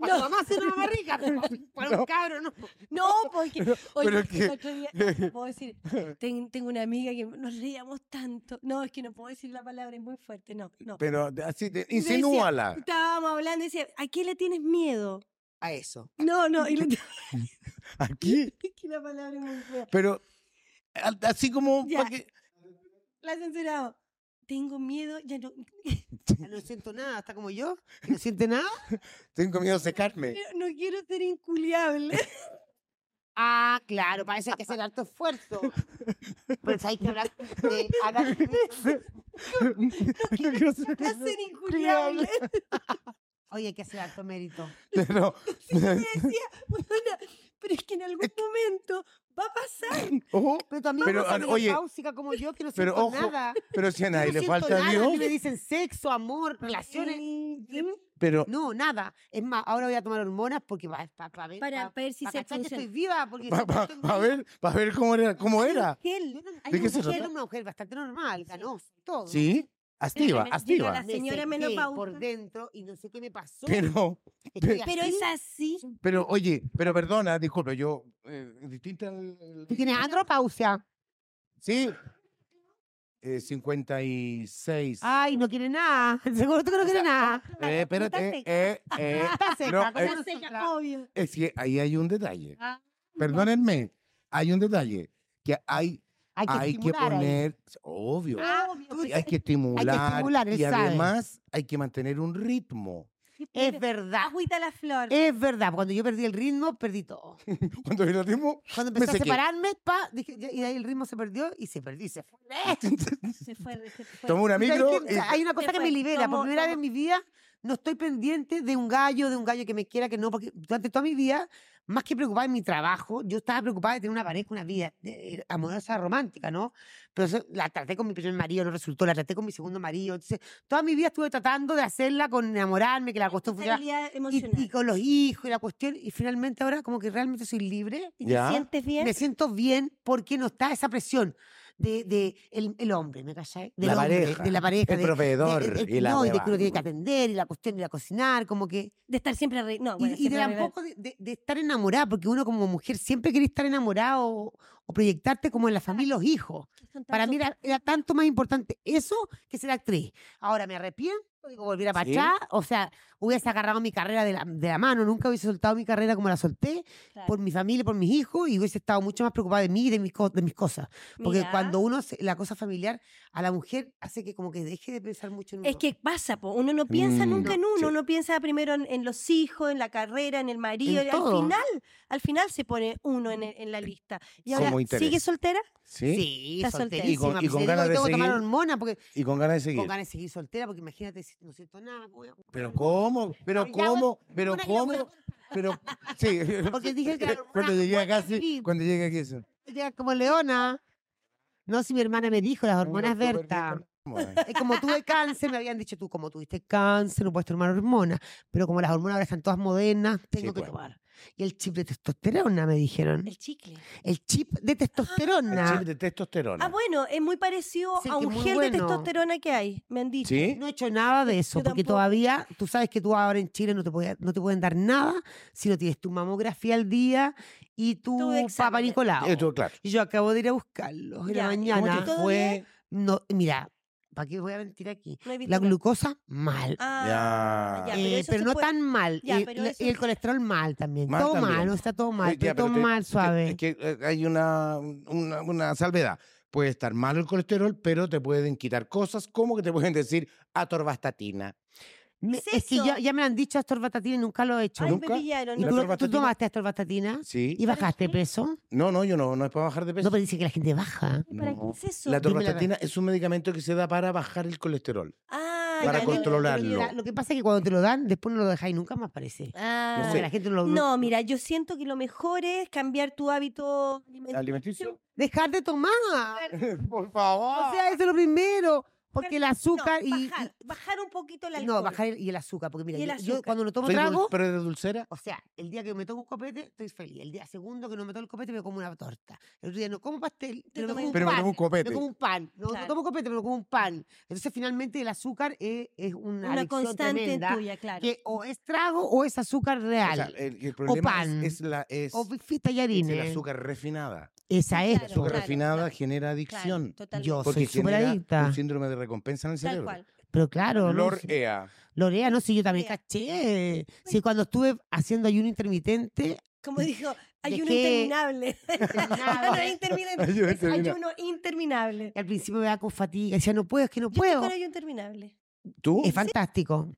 Speaker 4: Para tu mamá ser una mamá rica. pero Para, para un cabro, no.
Speaker 3: No, porque.
Speaker 2: pero
Speaker 3: Oye,
Speaker 2: que-
Speaker 3: el otro día, no, no puedo decir. ten- tengo una amiga que nos reíamos tanto. No, es que no puedo decir la palabra, es muy fuerte. No, no.
Speaker 2: Pero de- así, te-
Speaker 3: Decía-
Speaker 2: insinúala.
Speaker 3: Estábamos hablando y decía, ¿a qué le tienes miedo?
Speaker 4: A eso.
Speaker 3: No, no, y le
Speaker 2: Aquí.
Speaker 3: Es que la palabra es muy fea.
Speaker 2: Pero a- así como.
Speaker 3: Ya.
Speaker 2: pa' que-
Speaker 3: La he censurado. Tengo miedo, ya no,
Speaker 4: Ya No siento nada. Está como yo. que No siente nada.
Speaker 2: tengo miedo a secarme.
Speaker 3: quiero- no quiero ser inculiable.
Speaker 4: Ah, claro, para eso hay que hacer harto esfuerzo. Pues hay que hablar de, hablar de-
Speaker 2: No quiero ser-
Speaker 3: A ser inculiable.
Speaker 4: Oye, hay que hacer harto mérito.
Speaker 2: Pero-
Speaker 3: Sí, me decía, "Weona, pero es que en algún momento va a pasar.
Speaker 2: Ojo,
Speaker 4: Pero también
Speaker 2: Pero,
Speaker 4: pero,
Speaker 2: ah, oye,
Speaker 4: pausica como yo, que no
Speaker 2: pero
Speaker 4: siento
Speaker 2: ojo,
Speaker 4: nada.
Speaker 2: pero si a nadie
Speaker 4: Yo
Speaker 2: le
Speaker 4: no siento
Speaker 2: falta
Speaker 4: nada, a mí
Speaker 2: Dios,
Speaker 4: me dicen sexo, amor, relaciones.
Speaker 2: pero
Speaker 4: No, nada. Es más, ahora voy a tomar hormonas porque para ver,
Speaker 3: Para
Speaker 4: pa-
Speaker 3: ver si
Speaker 4: pa
Speaker 3: se
Speaker 4: cachar que
Speaker 3: funciona.
Speaker 4: estoy viva. Porque
Speaker 2: para
Speaker 4: siempre estoy muy-
Speaker 2: ver, pa ver cómo era, cómo era.
Speaker 4: Yo
Speaker 3: Gel.
Speaker 4: no- hay
Speaker 2: ¿De
Speaker 4: una
Speaker 2: qué se
Speaker 4: mujer,
Speaker 2: trata?
Speaker 4: Una mujer bastante normal, ganosa, y todo.
Speaker 2: Sí, activa,
Speaker 3: Espérame, llega
Speaker 2: activa.
Speaker 3: la señora
Speaker 4: me senté
Speaker 3: menopausa.
Speaker 4: por dentro y no sé qué me pasó.
Speaker 2: Pero,
Speaker 4: Estoy
Speaker 3: Pero
Speaker 4: así.
Speaker 3: es así.
Speaker 2: pero oye, pero perdona, disculpa, yo eh, distinta al-
Speaker 4: Tú tienes andropausia.
Speaker 2: Sí. Eh, 56.
Speaker 4: Ay, no quiere nada. Seguro tú que no quiere nada.
Speaker 2: Eh,
Speaker 3: Está
Speaker 2: espérate,
Speaker 3: seca.
Speaker 2: eh, eh.
Speaker 4: Está seca.
Speaker 2: no,
Speaker 4: oh. como
Speaker 2: eh,
Speaker 3: Está
Speaker 4: nosotras.
Speaker 3: seca, obvio.
Speaker 2: Es que ahí hay un detalle.
Speaker 4: Ah,
Speaker 2: Perdónenme, hay un detalle que hay,
Speaker 4: hay que,
Speaker 2: hay que
Speaker 4: estimular ahí.
Speaker 2: poner, obvio,
Speaker 4: Ah,
Speaker 3: obvio,
Speaker 4: tú-
Speaker 3: pues,
Speaker 2: hay que estimular,
Speaker 4: estimular, él
Speaker 2: y
Speaker 4: sabe.
Speaker 2: además hay que mantener un ritmo.
Speaker 4: Es verdad.
Speaker 3: Agüita la flor.
Speaker 4: Es verdad. Cuando yo perdí el ritmo, perdí todo.
Speaker 2: Cuando el ritmo,
Speaker 4: Cuando
Speaker 2: Me
Speaker 4: empecé a
Speaker 2: sequé.
Speaker 4: separarme, pa, dije, ya- y ahí el ritmo se perdió y se perdió y se fue.
Speaker 3: Se fue, se fue.
Speaker 2: tomo una
Speaker 4: ¿Sabes
Speaker 2: micro
Speaker 4: qué?
Speaker 2: y
Speaker 4: Hay una cosa
Speaker 3: Se
Speaker 4: que
Speaker 3: fue.
Speaker 4: me libera.
Speaker 3: Tomo-
Speaker 4: Por primera vez
Speaker 3: tomo-
Speaker 4: en mi vida no estoy pendiente de un gallo, de un gallo que me quiera, que no, porque durante toda mi vida, más que preocupada en mi trabajo, yo estaba preocupada de tener una pareja, una vida eh, amorosa, romántica, ¿no? Pero eso- la traté con mi primer marido, no resultó, la traté con mi segundo marido. Entonces, toda mi vida estuve tratando de hacerla con enamorarme, que la cuestión fuera.
Speaker 3: Estabilidad
Speaker 4: Y,
Speaker 3: emocional.
Speaker 4: y con los hijos y la cuestión. Y finalmente ahora como que realmente soy libre
Speaker 3: ¿Y te
Speaker 2: Ya.
Speaker 3: sientes bien?
Speaker 4: me siento bien porque no está esa presión de, de el, el hombre, ¿me cachai? Del
Speaker 2: la
Speaker 4: hombre,
Speaker 2: pareja,
Speaker 4: de la pareja.
Speaker 2: el
Speaker 4: de-
Speaker 2: proveedor
Speaker 4: de- de-
Speaker 2: y la
Speaker 4: Eh, no, y de
Speaker 2: hueva.
Speaker 4: que uno tiene que atender y la cuestión y la cocinar, como que.
Speaker 3: De estar siempre arriba. No,
Speaker 4: y-
Speaker 3: Ah, bueno,
Speaker 4: y de
Speaker 3: siempre arriba.
Speaker 4: tampoco de, de- de estar enamorada, porque uno como mujer siempre quiere estar enamorada o, o proyectarte como en la familia y los hijos.
Speaker 3: Son
Speaker 4: Para
Speaker 3: tantos-
Speaker 4: mí era, era tanto más importante eso que ser actriz. Ahora me arrepiento, digo, volviera para
Speaker 2: Sí.
Speaker 4: atrás. O sea, hubiese agarrado mi carrera de la, de la mano, nunca hubiese soltado mi carrera como la solté
Speaker 3: Claro.
Speaker 4: por mi familia, por mis hijos y hubiese estado mucho más preocupada de mí y de mis, co- de mis cosas. Porque
Speaker 3: Mira.
Speaker 4: cuando uno, se- la cosa familiar a la mujer hace que como que deje de pensar mucho en uno.
Speaker 3: Es que pasa, po, uno no piensa
Speaker 2: Mm,
Speaker 3: nunca en uno,
Speaker 2: sí.
Speaker 3: uno piensa primero en, en los hijos, en la carrera, en el marido,
Speaker 4: En
Speaker 3: y
Speaker 4: todo. Mm.
Speaker 3: al final, al final se pone uno en, el- en la lista. Y
Speaker 2: Como
Speaker 3: ahora,
Speaker 2: interés.
Speaker 3: ¿sigue soltera?
Speaker 2: ¿sí?
Speaker 3: Está
Speaker 4: solterísima.
Speaker 3: soltera. Y
Speaker 2: con- y
Speaker 4: pues,
Speaker 2: con
Speaker 4: le digo
Speaker 2: ganas
Speaker 4: que
Speaker 2: de
Speaker 4: tengo que tomar
Speaker 2: seguir.
Speaker 4: hormonas porque
Speaker 2: y con ganas de seguir.
Speaker 4: con ganas de seguir soltera, porque imagínate si no siento nada. voy a-
Speaker 2: Pero cómo, pero
Speaker 4: Pero ya voy-
Speaker 2: cómo, pero
Speaker 4: ahora ya voy a-
Speaker 2: cómo, pero sí.
Speaker 4: Porque dije que la hormona
Speaker 2: cuando llegué acá, sí,
Speaker 4: aquí.
Speaker 2: cuando llegué aquí, eso.
Speaker 4: Ya, como leona. No, si mi hermana me dijo, las hormonas Berta. Y como tuve cáncer, me habían dicho tú, como tuviste cáncer, no puedes tomar hormonas. Pero como las hormonas ahora están todas modernas, tengo que
Speaker 2: pues.
Speaker 4: tomar. Y el chip de testosterona, me dijeron.
Speaker 3: El chicle.
Speaker 4: El chip de testosterona.
Speaker 2: El chip de testosterona.
Speaker 3: Ah, bueno, es muy parecido
Speaker 4: Sí,
Speaker 3: a
Speaker 4: que
Speaker 3: un
Speaker 4: muy
Speaker 3: gel de
Speaker 4: bueno.
Speaker 3: testosterona que hay, me han dicho.
Speaker 2: ¿Sí?
Speaker 4: No he hecho nada de eso,
Speaker 3: Yo
Speaker 4: porque
Speaker 3: tampoco.
Speaker 4: todavía tú sabes que tú ahora en Chile no te, puede- no te pueden dar nada si no tienes tu mamografía al día y tu
Speaker 3: exámenes.
Speaker 4: papá Nicolau.
Speaker 2: Esto, claro.
Speaker 4: Y yo acabo de ir a buscarlo en
Speaker 3: Ya,
Speaker 4: la
Speaker 3: ¿y cómo
Speaker 4: mañana.
Speaker 3: te fue? bien?
Speaker 4: No, mira, ¿para qué voy a mentir aquí?
Speaker 3: No he visto
Speaker 4: La
Speaker 3: nada.
Speaker 4: glucosa, mal.
Speaker 3: Ah,
Speaker 2: Ya.
Speaker 3: ya,
Speaker 4: Eh,
Speaker 3: pero
Speaker 4: pero
Speaker 3: eso se
Speaker 4: no
Speaker 3: puede-
Speaker 4: tan mal.
Speaker 3: Ya,
Speaker 4: y,
Speaker 3: pero
Speaker 4: la-
Speaker 3: eso-
Speaker 4: y el colesterol mal también.
Speaker 2: Mal
Speaker 4: todo
Speaker 2: también. Eh,
Speaker 4: mal, no está todo mal,
Speaker 2: Ya,
Speaker 4: pero todo
Speaker 2: pero te-
Speaker 4: mal, suave.
Speaker 2: Es que eh, hay una, una, una salvedad. Puede estar malo el colesterol, pero te pueden quitar cosas como que te pueden decir atorvastatina.
Speaker 4: Me-
Speaker 3: es
Speaker 4: es que
Speaker 3: eso?
Speaker 4: ya, ya me han dicho astorvastatina y nunca lo he hecho.
Speaker 3: Ay,
Speaker 2: nunca.
Speaker 3: me pillaron.
Speaker 4: ¿Y
Speaker 3: no
Speaker 2: la
Speaker 4: tú,
Speaker 3: sé.
Speaker 4: tú
Speaker 2: atorvastatina-
Speaker 4: tomaste astorvastatina?
Speaker 2: Sí. Pues
Speaker 4: ¿Y bajaste
Speaker 3: qué?
Speaker 4: peso?
Speaker 2: No, no, yo no, no es para bajar de
Speaker 4: No,
Speaker 2: peso.
Speaker 4: pero dice que la gente baja.
Speaker 3: ¿Para qué
Speaker 2: No.
Speaker 3: es eso?
Speaker 2: La
Speaker 4: Dime la
Speaker 2: atorvastatina es un medicamento que se da para bajar el colesterol.
Speaker 3: Ah, ya, no,
Speaker 2: para
Speaker 3: no, no,
Speaker 2: controlarlo.
Speaker 3: no,
Speaker 4: Mira, Lo que pasa es que cuando te lo dan, después no lo dejáis nunca más, parece.
Speaker 3: Ah.
Speaker 4: O sea, la gente no lo.
Speaker 3: No, mira, yo siento que lo mejor es cambiar tu hábito alimentario.
Speaker 2: ¿Alimenticio?
Speaker 4: Dejar de tomar.
Speaker 2: Por favor.
Speaker 4: O sea, eso es lo primero. Porque el
Speaker 3: No,
Speaker 4: azúcar y- y.
Speaker 3: bajar, bajar un poquito el
Speaker 4: y-
Speaker 3: alcohol.
Speaker 4: no, bajar el, y el azúcar. Porque mira,
Speaker 3: Y el
Speaker 4: yo- yo,
Speaker 3: azúcar.
Speaker 4: cuando no tomo
Speaker 2: Soy dul-
Speaker 4: trago.
Speaker 2: ¿Pero de dulcera?
Speaker 4: O sea, el día que me tomo un copete, estoy feliz. El día segundo que no me tomo el copete, me como una torta. El otro día no como pastel, pero me
Speaker 3: tomas
Speaker 4: como
Speaker 3: un
Speaker 4: un
Speaker 2: Pero me
Speaker 4: pan.
Speaker 2: tomo un
Speaker 4: Me
Speaker 2: copete.
Speaker 4: como un pan. No, no
Speaker 3: Claro.
Speaker 4: tomo copete, pero como un pan. Entonces, finalmente, el azúcar es, es una,
Speaker 3: una
Speaker 4: adicción
Speaker 3: constante
Speaker 4: tremenda,
Speaker 3: tuya, claro.
Speaker 4: Que o es trago o es azúcar
Speaker 2: O
Speaker 4: real.
Speaker 2: sea,
Speaker 4: O,
Speaker 2: el, el problema es-
Speaker 4: pan.
Speaker 2: es, la, es,
Speaker 4: bifí
Speaker 2: es
Speaker 4: tallarines.
Speaker 2: el azúcar refinada.
Speaker 4: Esa es.
Speaker 3: Claro,
Speaker 2: El azúcar
Speaker 3: claro,
Speaker 2: refinada
Speaker 3: claro.
Speaker 2: genera
Speaker 3: Claro,
Speaker 2: adicción.
Speaker 3: totalmente.
Speaker 4: Yo
Speaker 2: porque
Speaker 4: soy súper
Speaker 2: genera
Speaker 4: adicta.
Speaker 2: un síndrome de recompensa en el
Speaker 3: Tal
Speaker 2: cerebro.
Speaker 3: cual.
Speaker 4: Pero claro. no
Speaker 2: Lor eh,
Speaker 4: sé.
Speaker 2: Ea.
Speaker 4: Lorea, no sé, yo también
Speaker 3: Lorea.
Speaker 4: caché. Sí, cuando estuve haciendo ayuno intermitente,
Speaker 3: Como dijo, ayuno
Speaker 4: Dejé-
Speaker 3: interminable.
Speaker 4: Interminable.
Speaker 3: Ayuno interminable.
Speaker 2: Ayuno
Speaker 3: Es
Speaker 2: interminable.
Speaker 3: ayuno interminable.
Speaker 4: al principio me daba con fatiga. Decía, no puedo, es que no
Speaker 3: Yo estoy
Speaker 4: puedo.
Speaker 3: con ayuno interminable.
Speaker 2: ¿Tú?
Speaker 4: Es fantástico.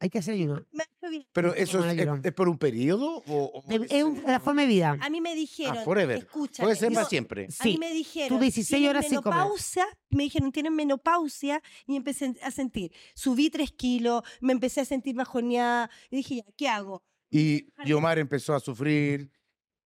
Speaker 4: Hay que hacer ayuno.
Speaker 3: Me ha hecho bien.
Speaker 2: ¿Pero eso
Speaker 4: Como
Speaker 2: es,
Speaker 4: la
Speaker 2: es-
Speaker 4: llorona.
Speaker 2: es por un periodo? O, o
Speaker 4: De-
Speaker 2: es-
Speaker 4: es un- la forma de vida.
Speaker 3: A mí
Speaker 2: Ah,
Speaker 3: me dijeron,
Speaker 2: forever.
Speaker 3: escucha,
Speaker 2: Puede ser
Speaker 3: no,
Speaker 2: para siempre.
Speaker 3: A mí
Speaker 4: Sí.
Speaker 3: me dijeron,
Speaker 4: 16
Speaker 3: "Tienen
Speaker 4: horas sin comer".
Speaker 3: menopausia, me dijeron, tienen menopausia, y empecé a sentir, subí 3 kilos, me empecé a sentir bajoneada, y dije, ya, ¿qué hago?
Speaker 2: Y Yomar empezó a sufrir.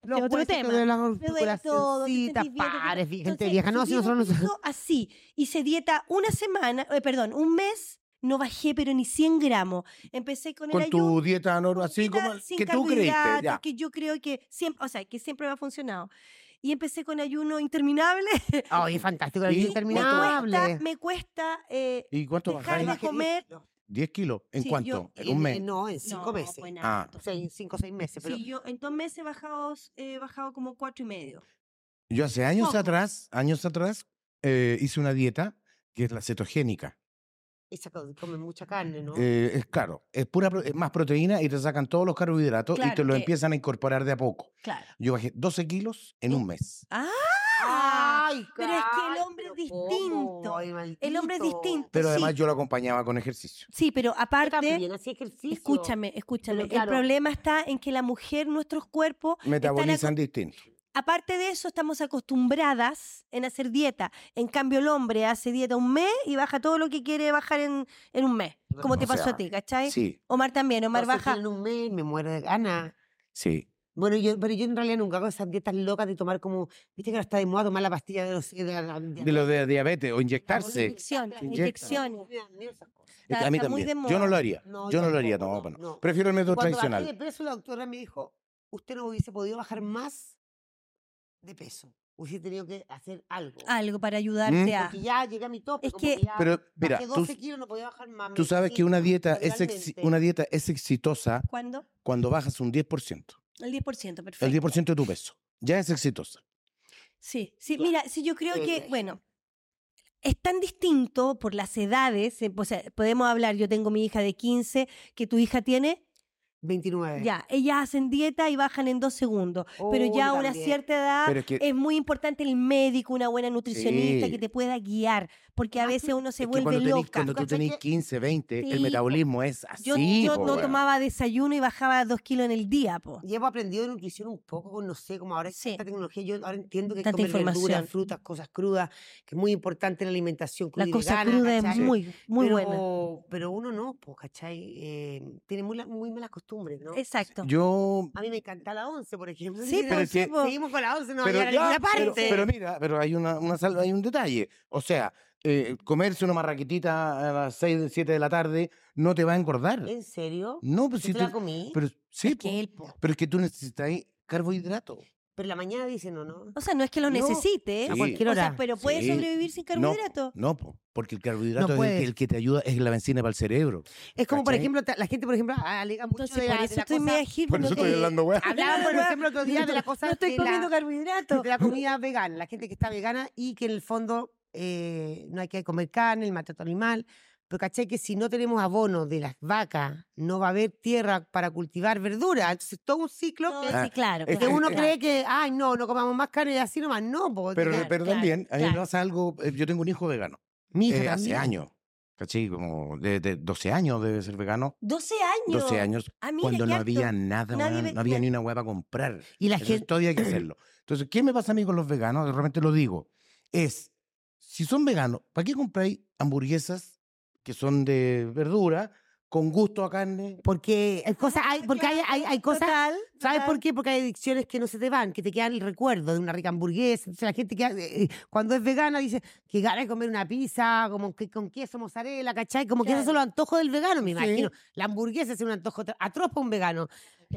Speaker 4: Los
Speaker 1: otro
Speaker 4: huesitos
Speaker 1: tema.
Speaker 4: de las
Speaker 3: Me duele todo. que
Speaker 4: articulaciones,
Speaker 3: sentís bien, que-
Speaker 4: pares, vi- gente
Speaker 3: Entonces,
Speaker 4: vieja. No, si
Speaker 3: yo
Speaker 4: nosotros no-
Speaker 3: vivo Así. Hice dieta una semana, eh, perdón, un mes, no bajé, pero ni 100 gramos. Empecé con, el
Speaker 2: Con
Speaker 3: ayuno.
Speaker 2: tu dieta normal, así
Speaker 3: comida
Speaker 2: como el
Speaker 3: sin
Speaker 2: que tú creíste.
Speaker 3: carbohidratos,
Speaker 2: Ya.
Speaker 3: que yo creo que siempre, o sea, que siempre me ha funcionado. Y empecé con ayuno interminable.
Speaker 4: Ay, fantástico, la
Speaker 2: Y
Speaker 4: vida
Speaker 2: cuánto-
Speaker 4: interminable.
Speaker 3: Me cuesta, me cuesta eh,
Speaker 2: ¿Y cuánto
Speaker 3: dejar
Speaker 2: bajaste?
Speaker 3: de comer.
Speaker 2: ¿10 kilos? ¿En
Speaker 3: Sí,
Speaker 2: cuánto?
Speaker 3: yo-
Speaker 2: ¿En un
Speaker 4: En-
Speaker 2: mes?
Speaker 4: en- No, en cinco
Speaker 3: No,
Speaker 4: meses.
Speaker 3: pues
Speaker 2: Ah.
Speaker 3: nada, entonces,
Speaker 4: Seis- cinco o seis meses. Pero
Speaker 3: sí, yo en dos meses he bajado, he bajado como cuatro y medio.
Speaker 2: Yo hace años
Speaker 3: Poco.
Speaker 2: atrás, años atrás, eh, hice una dieta que es la cetogénica.
Speaker 4: esa co- come mucha carne, ¿no?
Speaker 2: Eh, es claro, es pura pro- es más proteína y te sacan todos los carbohidratos y
Speaker 3: Claro,
Speaker 2: te los
Speaker 3: que-
Speaker 2: empiezan a incorporar de a poco.
Speaker 3: Claro.
Speaker 2: Yo bajé 12 kilos en un mes.
Speaker 3: Ah.
Speaker 4: Ah.
Speaker 3: pero es que el hombre es
Speaker 4: pero ¿cómo?
Speaker 3: distinto.
Speaker 4: Ay,
Speaker 3: El hombre es
Speaker 4: maldito.
Speaker 3: distinto.
Speaker 2: Pero
Speaker 3: sí.
Speaker 2: además yo lo acompañaba con ejercicio.
Speaker 3: Sí, pero
Speaker 4: Yo
Speaker 3: aparte,
Speaker 4: también hacía ejercicio.
Speaker 3: escúchame, escúchame.
Speaker 4: Pero
Speaker 3: El
Speaker 4: claro.
Speaker 3: problema está en que la mujer, nuestros cuerpos,
Speaker 2: Metabolizan distinto.
Speaker 3: aparte de eso, estamos acostumbradas en hacer dieta. En cambio, el hombre hace dieta un mes y baja todo lo que quiere bajar en, en un mes. Como
Speaker 2: O
Speaker 3: te pasó
Speaker 2: sea,
Speaker 3: a ti, ¿cachai?
Speaker 2: Sí,
Speaker 3: Omar también, Omar
Speaker 4: Entonces,
Speaker 3: baja.
Speaker 4: En un mes me muero de ganas.
Speaker 2: sí.
Speaker 4: Bueno, yo, pero yo en realidad nunca hago esas dietas locas de tomar como, viste que ahora está de moda tomar la pastilla de los... De la, la- de
Speaker 2: De lo de diabetes o inyectarse.
Speaker 3: Inyección,
Speaker 4: Las
Speaker 3: inyecciones.
Speaker 4: inyecciones. Ni esas cosas.
Speaker 2: Es que
Speaker 3: Está-
Speaker 2: a mí
Speaker 3: está muy
Speaker 2: también.
Speaker 3: de
Speaker 2: Yo no
Speaker 3: moda.
Speaker 2: lo haría.
Speaker 4: No,
Speaker 2: yo no lo haría, no,
Speaker 4: tampoco,
Speaker 2: no, no. Prefiero el método
Speaker 4: Cuando bajé de
Speaker 2: tradicional.
Speaker 4: peso, la doctora me dijo, usted no hubiese podido bajar más de peso. Hubiese tenido que hacer algo.
Speaker 3: Algo para ayudarte a.
Speaker 4: Mm. Porque ya llegué a mi
Speaker 3: Ah,
Speaker 4: tope.
Speaker 3: Es
Speaker 4: como
Speaker 3: que-
Speaker 4: ya
Speaker 2: Pero mira,
Speaker 4: bajé
Speaker 2: tú,
Speaker 4: 12 kilos, no podía bajar más.
Speaker 2: tú
Speaker 4: me
Speaker 2: sabes que
Speaker 4: sentí
Speaker 2: una dieta, es exi-
Speaker 4: naturalmente.
Speaker 2: una dieta es exitosa
Speaker 3: ¿Cuándo?
Speaker 2: cuando bajas un 10%.
Speaker 3: El 10%, perfecto.
Speaker 2: El 10% de tu peso. Ya es exitosa.
Speaker 3: Sí, sí,
Speaker 4: Claro.
Speaker 3: mira, sí, yo creo
Speaker 4: Sí,
Speaker 3: que,
Speaker 4: sí.
Speaker 3: bueno, es tan distinto por las edades, eh, o sea, podemos hablar, yo tengo mi hija de 15, que tu hija tiene,
Speaker 4: 29.
Speaker 3: ya, ellas hacen dieta y bajan en dos segundos, pero
Speaker 4: Oh,
Speaker 3: ya a
Speaker 4: yo
Speaker 3: una
Speaker 4: también.
Speaker 3: cierta edad
Speaker 2: Pero es que,
Speaker 3: es muy importante el médico, una buena nutricionista
Speaker 2: Sí.
Speaker 3: que te pueda guiar, porque a
Speaker 4: Más que-
Speaker 3: veces uno se
Speaker 2: es que
Speaker 3: vuelve
Speaker 2: cuando tenés,
Speaker 3: loca.
Speaker 2: cuando tú
Speaker 4: ¿Cachai
Speaker 2: tenés
Speaker 4: que-
Speaker 2: 15, 20,
Speaker 3: Sí,
Speaker 2: el
Speaker 3: po.
Speaker 2: metabolismo es así.
Speaker 3: Yo, yo
Speaker 2: po,
Speaker 3: no
Speaker 2: weón.
Speaker 3: tomaba desayuno y bajaba dos kilos en el día, po.
Speaker 4: Llevo aprendido de nutrición un poco, con, no sé, como ahora
Speaker 3: Sí.
Speaker 4: esta tecnología, yo ahora entiendo que hay que
Speaker 3: Tanta
Speaker 4: comer verduras,
Speaker 3: información.
Speaker 4: frutas, cosas crudas, que es muy importante la alimentación cruda
Speaker 3: La
Speaker 4: y
Speaker 3: cosa
Speaker 4: vegana,
Speaker 3: cruda es
Speaker 4: ¿cachai?
Speaker 3: muy, muy
Speaker 4: pero,
Speaker 3: buena.
Speaker 4: Pero uno no, pues, ¿cachai? Eh, tiene muy, la- muy malas costumbres, ¿no?
Speaker 3: Exacto.
Speaker 2: Yo.
Speaker 4: A mí me encanta la 11, por ejemplo.
Speaker 3: Sí,
Speaker 4: Mira,
Speaker 3: pero
Speaker 2: es que-
Speaker 3: sí, po.
Speaker 4: Seguimos con la 11, no
Speaker 2: Pero,
Speaker 4: había
Speaker 2: ya,
Speaker 4: ninguna parte.
Speaker 2: pero, pero mira, pero hay una, una salva, hay un detalle. O sea, eh, comerse una marraquetita a las 6, 7 de la tarde no te va a engordar.
Speaker 3: Eh,
Speaker 4: ¿En serio?
Speaker 2: No, pero
Speaker 4: ¿Yo
Speaker 2: si
Speaker 4: te
Speaker 2: tú.
Speaker 4: la comí? Pero,
Speaker 2: Pero, sí, po.
Speaker 3: Que él, po.
Speaker 2: pero es que tú necesitas carbohidrato.
Speaker 4: la mañana dice no, ¿no?
Speaker 3: O sea, no es que lo
Speaker 2: No,
Speaker 3: necesite,
Speaker 2: sí.
Speaker 3: ¿eh?
Speaker 2: A cualquier
Speaker 3: O sea,
Speaker 4: hora.
Speaker 3: pero puede
Speaker 2: Sí.
Speaker 3: sobrevivir sin
Speaker 2: No,
Speaker 3: carbohidratos.
Speaker 2: No, po, porque el carbohidrato es el
Speaker 4: puedes.
Speaker 2: que, el que te ayuda, es la benzina para el cerebro.
Speaker 4: Es como, por
Speaker 2: ¿Cachai?
Speaker 4: ejemplo, ta- la gente, por ejemplo, alega mucho
Speaker 3: Entonces,
Speaker 4: de la,
Speaker 3: por
Speaker 4: de
Speaker 3: eso
Speaker 4: la
Speaker 3: estoy
Speaker 4: cosa-
Speaker 3: medio hippie, pues, no Ah, estoy-
Speaker 2: weón.
Speaker 4: Hablaban, por
Speaker 3: Hablaba,
Speaker 4: ejemplo, otro día de la cosa
Speaker 3: No estoy
Speaker 4: de la-
Speaker 3: comiendo carbohidratos.
Speaker 4: de la comida vegana, la gente que está vegana y que en el fondo eh, no hay que comer carne, el maltrato animal. Pero caché que si no tenemos abono de las vacas, no va a haber tierra para cultivar verdura. Entonces, todo un ciclo
Speaker 3: No,
Speaker 4: que,
Speaker 2: Ah,
Speaker 3: sí, claro.
Speaker 2: es
Speaker 4: que
Speaker 3: claro,
Speaker 4: uno
Speaker 3: claro.
Speaker 4: cree que, ay, no, no comamos más carne y así nomás. No, porque
Speaker 2: Pero,
Speaker 3: Claro,
Speaker 2: pero
Speaker 3: claro,
Speaker 2: también, a mí me
Speaker 3: claro.
Speaker 2: pasa algo, eh, yo tengo un hijo vegano.
Speaker 4: mi hija
Speaker 2: eh, hace
Speaker 4: también.
Speaker 2: años, ¿cachai? Como de, de 12 años debe ser vegano.
Speaker 3: 12 años.
Speaker 2: 12 años,
Speaker 3: Ah, mira,
Speaker 2: cuando
Speaker 3: qué
Speaker 2: no
Speaker 3: harto.
Speaker 2: había nada,
Speaker 3: Nadie
Speaker 2: weón,
Speaker 3: ve-
Speaker 2: no había
Speaker 3: na-
Speaker 2: ni una hueá para comprar.
Speaker 4: Y la
Speaker 2: Entonces,
Speaker 4: gente,
Speaker 2: todavía hay que hacerlo. Entonces, ¿qué me pasa a mí con los veganos? De repente lo digo. Es, si son veganos, ¿para qué compráis hamburguesas que son de verdura, con gusto a carne?
Speaker 4: porque hay cosas, hay, porque hay, hay, hay cosas
Speaker 3: Total,
Speaker 4: ¿Sabes
Speaker 3: total.
Speaker 4: por qué? Porque hay adicciones que no se te van, que te quedan el recuerdo de una rica hamburguesa. Entonces la gente que eh, eh, cuando es vegana dice que gana de comer una pizza, como que con queso, mozzarella, ¿cachai? Como que esos son
Speaker 3: Claro.
Speaker 4: los antojos del vegano, me imagino. La hamburguesa es un antojo tra- atroz para un vegano.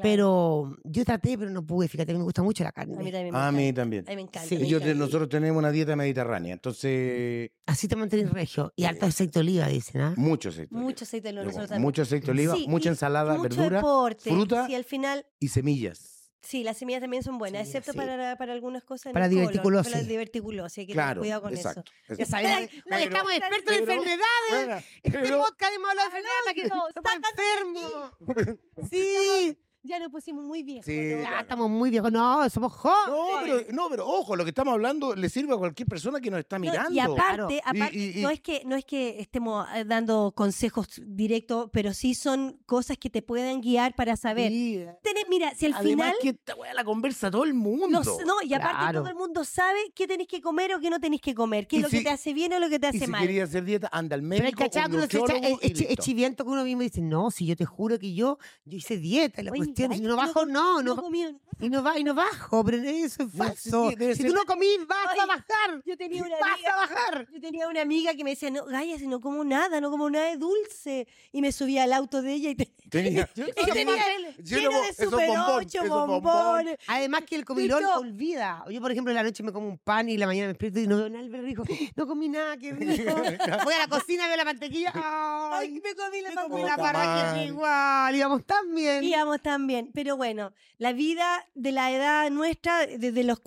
Speaker 4: Pero yo traté, pero no pude, fíjate, me gusta mucho la
Speaker 3: A
Speaker 4: carne.
Speaker 3: mí también me
Speaker 2: Ah, A mí
Speaker 3: encanta.
Speaker 2: también.
Speaker 3: A mí me encanta.
Speaker 4: Sí,
Speaker 3: me
Speaker 2: Yo te-
Speaker 3: encanta.
Speaker 2: nosotros tenemos una dieta mediterránea, entonces
Speaker 4: Así te mantienes regio. Y alto aceite de oliva, dicen, ¿ah?
Speaker 2: mucho aceite. de oliva.
Speaker 3: Mucho aceite de oliva.
Speaker 2: Luego,
Speaker 3: nosotros también.
Speaker 2: mucho aceite de oliva,
Speaker 3: Sí, y
Speaker 2: mucha ensalada,
Speaker 3: Mucho
Speaker 2: verdura
Speaker 3: deporte.
Speaker 2: fruta.
Speaker 3: Sí, al final,
Speaker 2: y semillas.
Speaker 3: sí, las semillas también son buenas,
Speaker 4: Sí,
Speaker 3: excepto
Speaker 4: sí.
Speaker 3: Para, para algunas cosas. en
Speaker 4: Para
Speaker 3: el colon,
Speaker 4: diverticulosis.
Speaker 3: Para la diverticulosis. Hay que tener
Speaker 2: Claro,
Speaker 3: cuidado con
Speaker 2: exacto.
Speaker 3: eso.
Speaker 2: exacto.
Speaker 3: Ay, no,
Speaker 4: Oye, estamos expertos
Speaker 2: pero-
Speaker 4: en enfermedades.
Speaker 2: Buena,
Speaker 4: Este
Speaker 2: pero-
Speaker 4: podcast hemos hablado de enfermedades, que no, estamos enfermos. Sí,
Speaker 3: Ya nos pusimos muy bien.
Speaker 2: Sí,
Speaker 4: ya
Speaker 2: claro.
Speaker 4: estamos muy viejos. No, somos jóvenes.
Speaker 2: No, pero, no, pero ojo, lo que estamos hablando le sirve a cualquier persona que nos está
Speaker 3: No,
Speaker 2: mirando.
Speaker 3: y aparte,
Speaker 2: Y-
Speaker 3: aparte
Speaker 2: y- y-
Speaker 3: No, es que, no es que estemos eh, dando consejos directos, pero sí son cosas que te pueden guiar para saber.
Speaker 2: y- eh,
Speaker 3: Tenés- mira, si al
Speaker 2: además
Speaker 3: final...
Speaker 2: que esta weá la conversa todo el mundo.
Speaker 3: No, s- no, y aparte
Speaker 4: Claro.
Speaker 3: todo el mundo sabe qué tenés que comer o qué no tenés que comer, qué
Speaker 2: Y
Speaker 3: es lo
Speaker 2: si-
Speaker 3: que te hace bien o lo que te
Speaker 2: y
Speaker 3: hace
Speaker 2: si
Speaker 3: mal.
Speaker 2: quería hacer dieta, anda al
Speaker 4: Pero
Speaker 2: médico,
Speaker 4: el cachado
Speaker 2: un
Speaker 4: que uno se echa
Speaker 2: nutriólogo
Speaker 4: es,
Speaker 2: y
Speaker 4: es chi- es
Speaker 2: listo.
Speaker 4: chiviento que uno mismo dice, no, si yo te juro que yo, yo hice dieta y la
Speaker 3: Oye,
Speaker 4: cuestiones. Y no bajo, no, no.
Speaker 3: comía-
Speaker 4: Y no, ba- y no bajo, pero eso es
Speaker 2: No,
Speaker 4: falso.
Speaker 2: sí, debe
Speaker 4: si
Speaker 2: ser-
Speaker 4: tú no comís, vas a
Speaker 3: Ay,
Speaker 4: bajar.
Speaker 3: Yo tenía una
Speaker 4: Vas
Speaker 3: amiga,
Speaker 4: a bajar.
Speaker 3: yo tenía una amiga que me decía, no, Gaya, si no como nada, no como nada de dulce. Y me subía al auto de ella y te-
Speaker 2: Tenía,
Speaker 3: y
Speaker 2: Son
Speaker 3: tenía
Speaker 4: papeles.
Speaker 3: lleno
Speaker 2: bo-
Speaker 3: de
Speaker 2: esos
Speaker 3: super
Speaker 2: bombón,
Speaker 3: ocho,
Speaker 2: esos bombón.
Speaker 3: bombones.
Speaker 4: Además que el comilón
Speaker 3: Tito.
Speaker 4: olvida. Yo, por ejemplo, en la noche me como un pan y en la mañana me despierto y no veo nada. El dijo, no comí nada, qué rico. Voy a la cocina, veo la mantequilla.
Speaker 3: Ay,
Speaker 4: Ay,
Speaker 3: me comí la
Speaker 4: me comí la
Speaker 2: Puta
Speaker 4: parra, que
Speaker 2: madre.
Speaker 4: es igual. Íbamos tan bien.
Speaker 3: Íbamos también. Pero bueno, la vida de la edad nuestra, desde los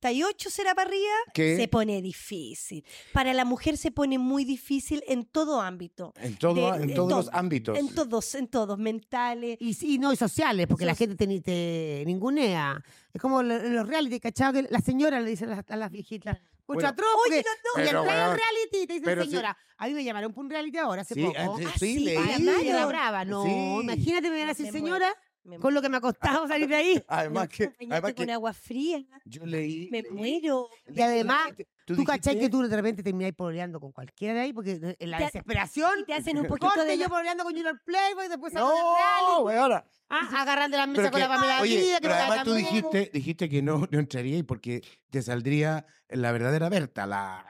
Speaker 3: 48 será para arriba,
Speaker 2: que
Speaker 3: se pone difícil. Para la mujer se pone muy difícil en todo ámbito.
Speaker 2: en, todo-
Speaker 3: de-
Speaker 2: en
Speaker 3: en
Speaker 2: todos los
Speaker 3: todo,
Speaker 2: ámbitos.
Speaker 3: En todos, en todos, mentales.
Speaker 4: Y, sí, no, y sociales, porque la
Speaker 3: Soci-
Speaker 4: gente te, ni- te ningunea. Es como lo- los reality, ¿cachado? Que la señora le dice a las, a las viejitas.
Speaker 2: Bueno,
Speaker 4: Escucha, tronco,
Speaker 3: Oye,
Speaker 4: que-
Speaker 3: no,
Speaker 4: y
Speaker 2: Pero,
Speaker 4: entré a un
Speaker 2: weón,
Speaker 4: reality y te dicen,
Speaker 2: pero sí.
Speaker 4: señora, a mí me llamaron por un reality ahora, hace
Speaker 2: Sí,
Speaker 4: poco.
Speaker 2: ah, sí,
Speaker 3: Ah,
Speaker 2: sí,
Speaker 3: sí,
Speaker 2: leí.
Speaker 3: para
Speaker 4: Ay,
Speaker 3: mayo.
Speaker 4: yo la brava, no.
Speaker 2: Sí.
Speaker 4: Imagínate, me van
Speaker 3: Me
Speaker 4: a decir,
Speaker 3: muero.
Speaker 4: señora,
Speaker 3: Me
Speaker 4: con lo que me ha costado salir de ahí.
Speaker 3: No,
Speaker 2: Además que,
Speaker 3: bañarte
Speaker 2: además
Speaker 3: con
Speaker 2: que
Speaker 3: agua fría,
Speaker 2: yo leí.
Speaker 3: me
Speaker 2: leí-
Speaker 3: muero.
Speaker 4: Y además,
Speaker 2: tú,
Speaker 4: tú cachai que
Speaker 2: dijiste-
Speaker 4: tú de repente termináis pololeando con cualquiera de ahí, porque eh, en la
Speaker 3: Te-
Speaker 4: desesperación.
Speaker 3: Y te hacen un poquito
Speaker 4: Corte,
Speaker 3: de...
Speaker 4: yo
Speaker 3: la-
Speaker 4: pololeando con Junior Playboy, después saco del reality.
Speaker 2: No, weona.
Speaker 4: Ah, agarrando la mesa
Speaker 2: Pero
Speaker 4: con
Speaker 2: que-
Speaker 4: la Pamela
Speaker 2: Oye,
Speaker 4: Díaz, que
Speaker 2: pero
Speaker 4: no la
Speaker 2: además tú
Speaker 4: cambiamos.
Speaker 2: dijiste, dijiste que no, no entraría ahí porque te saldría la verdadera Berta, la...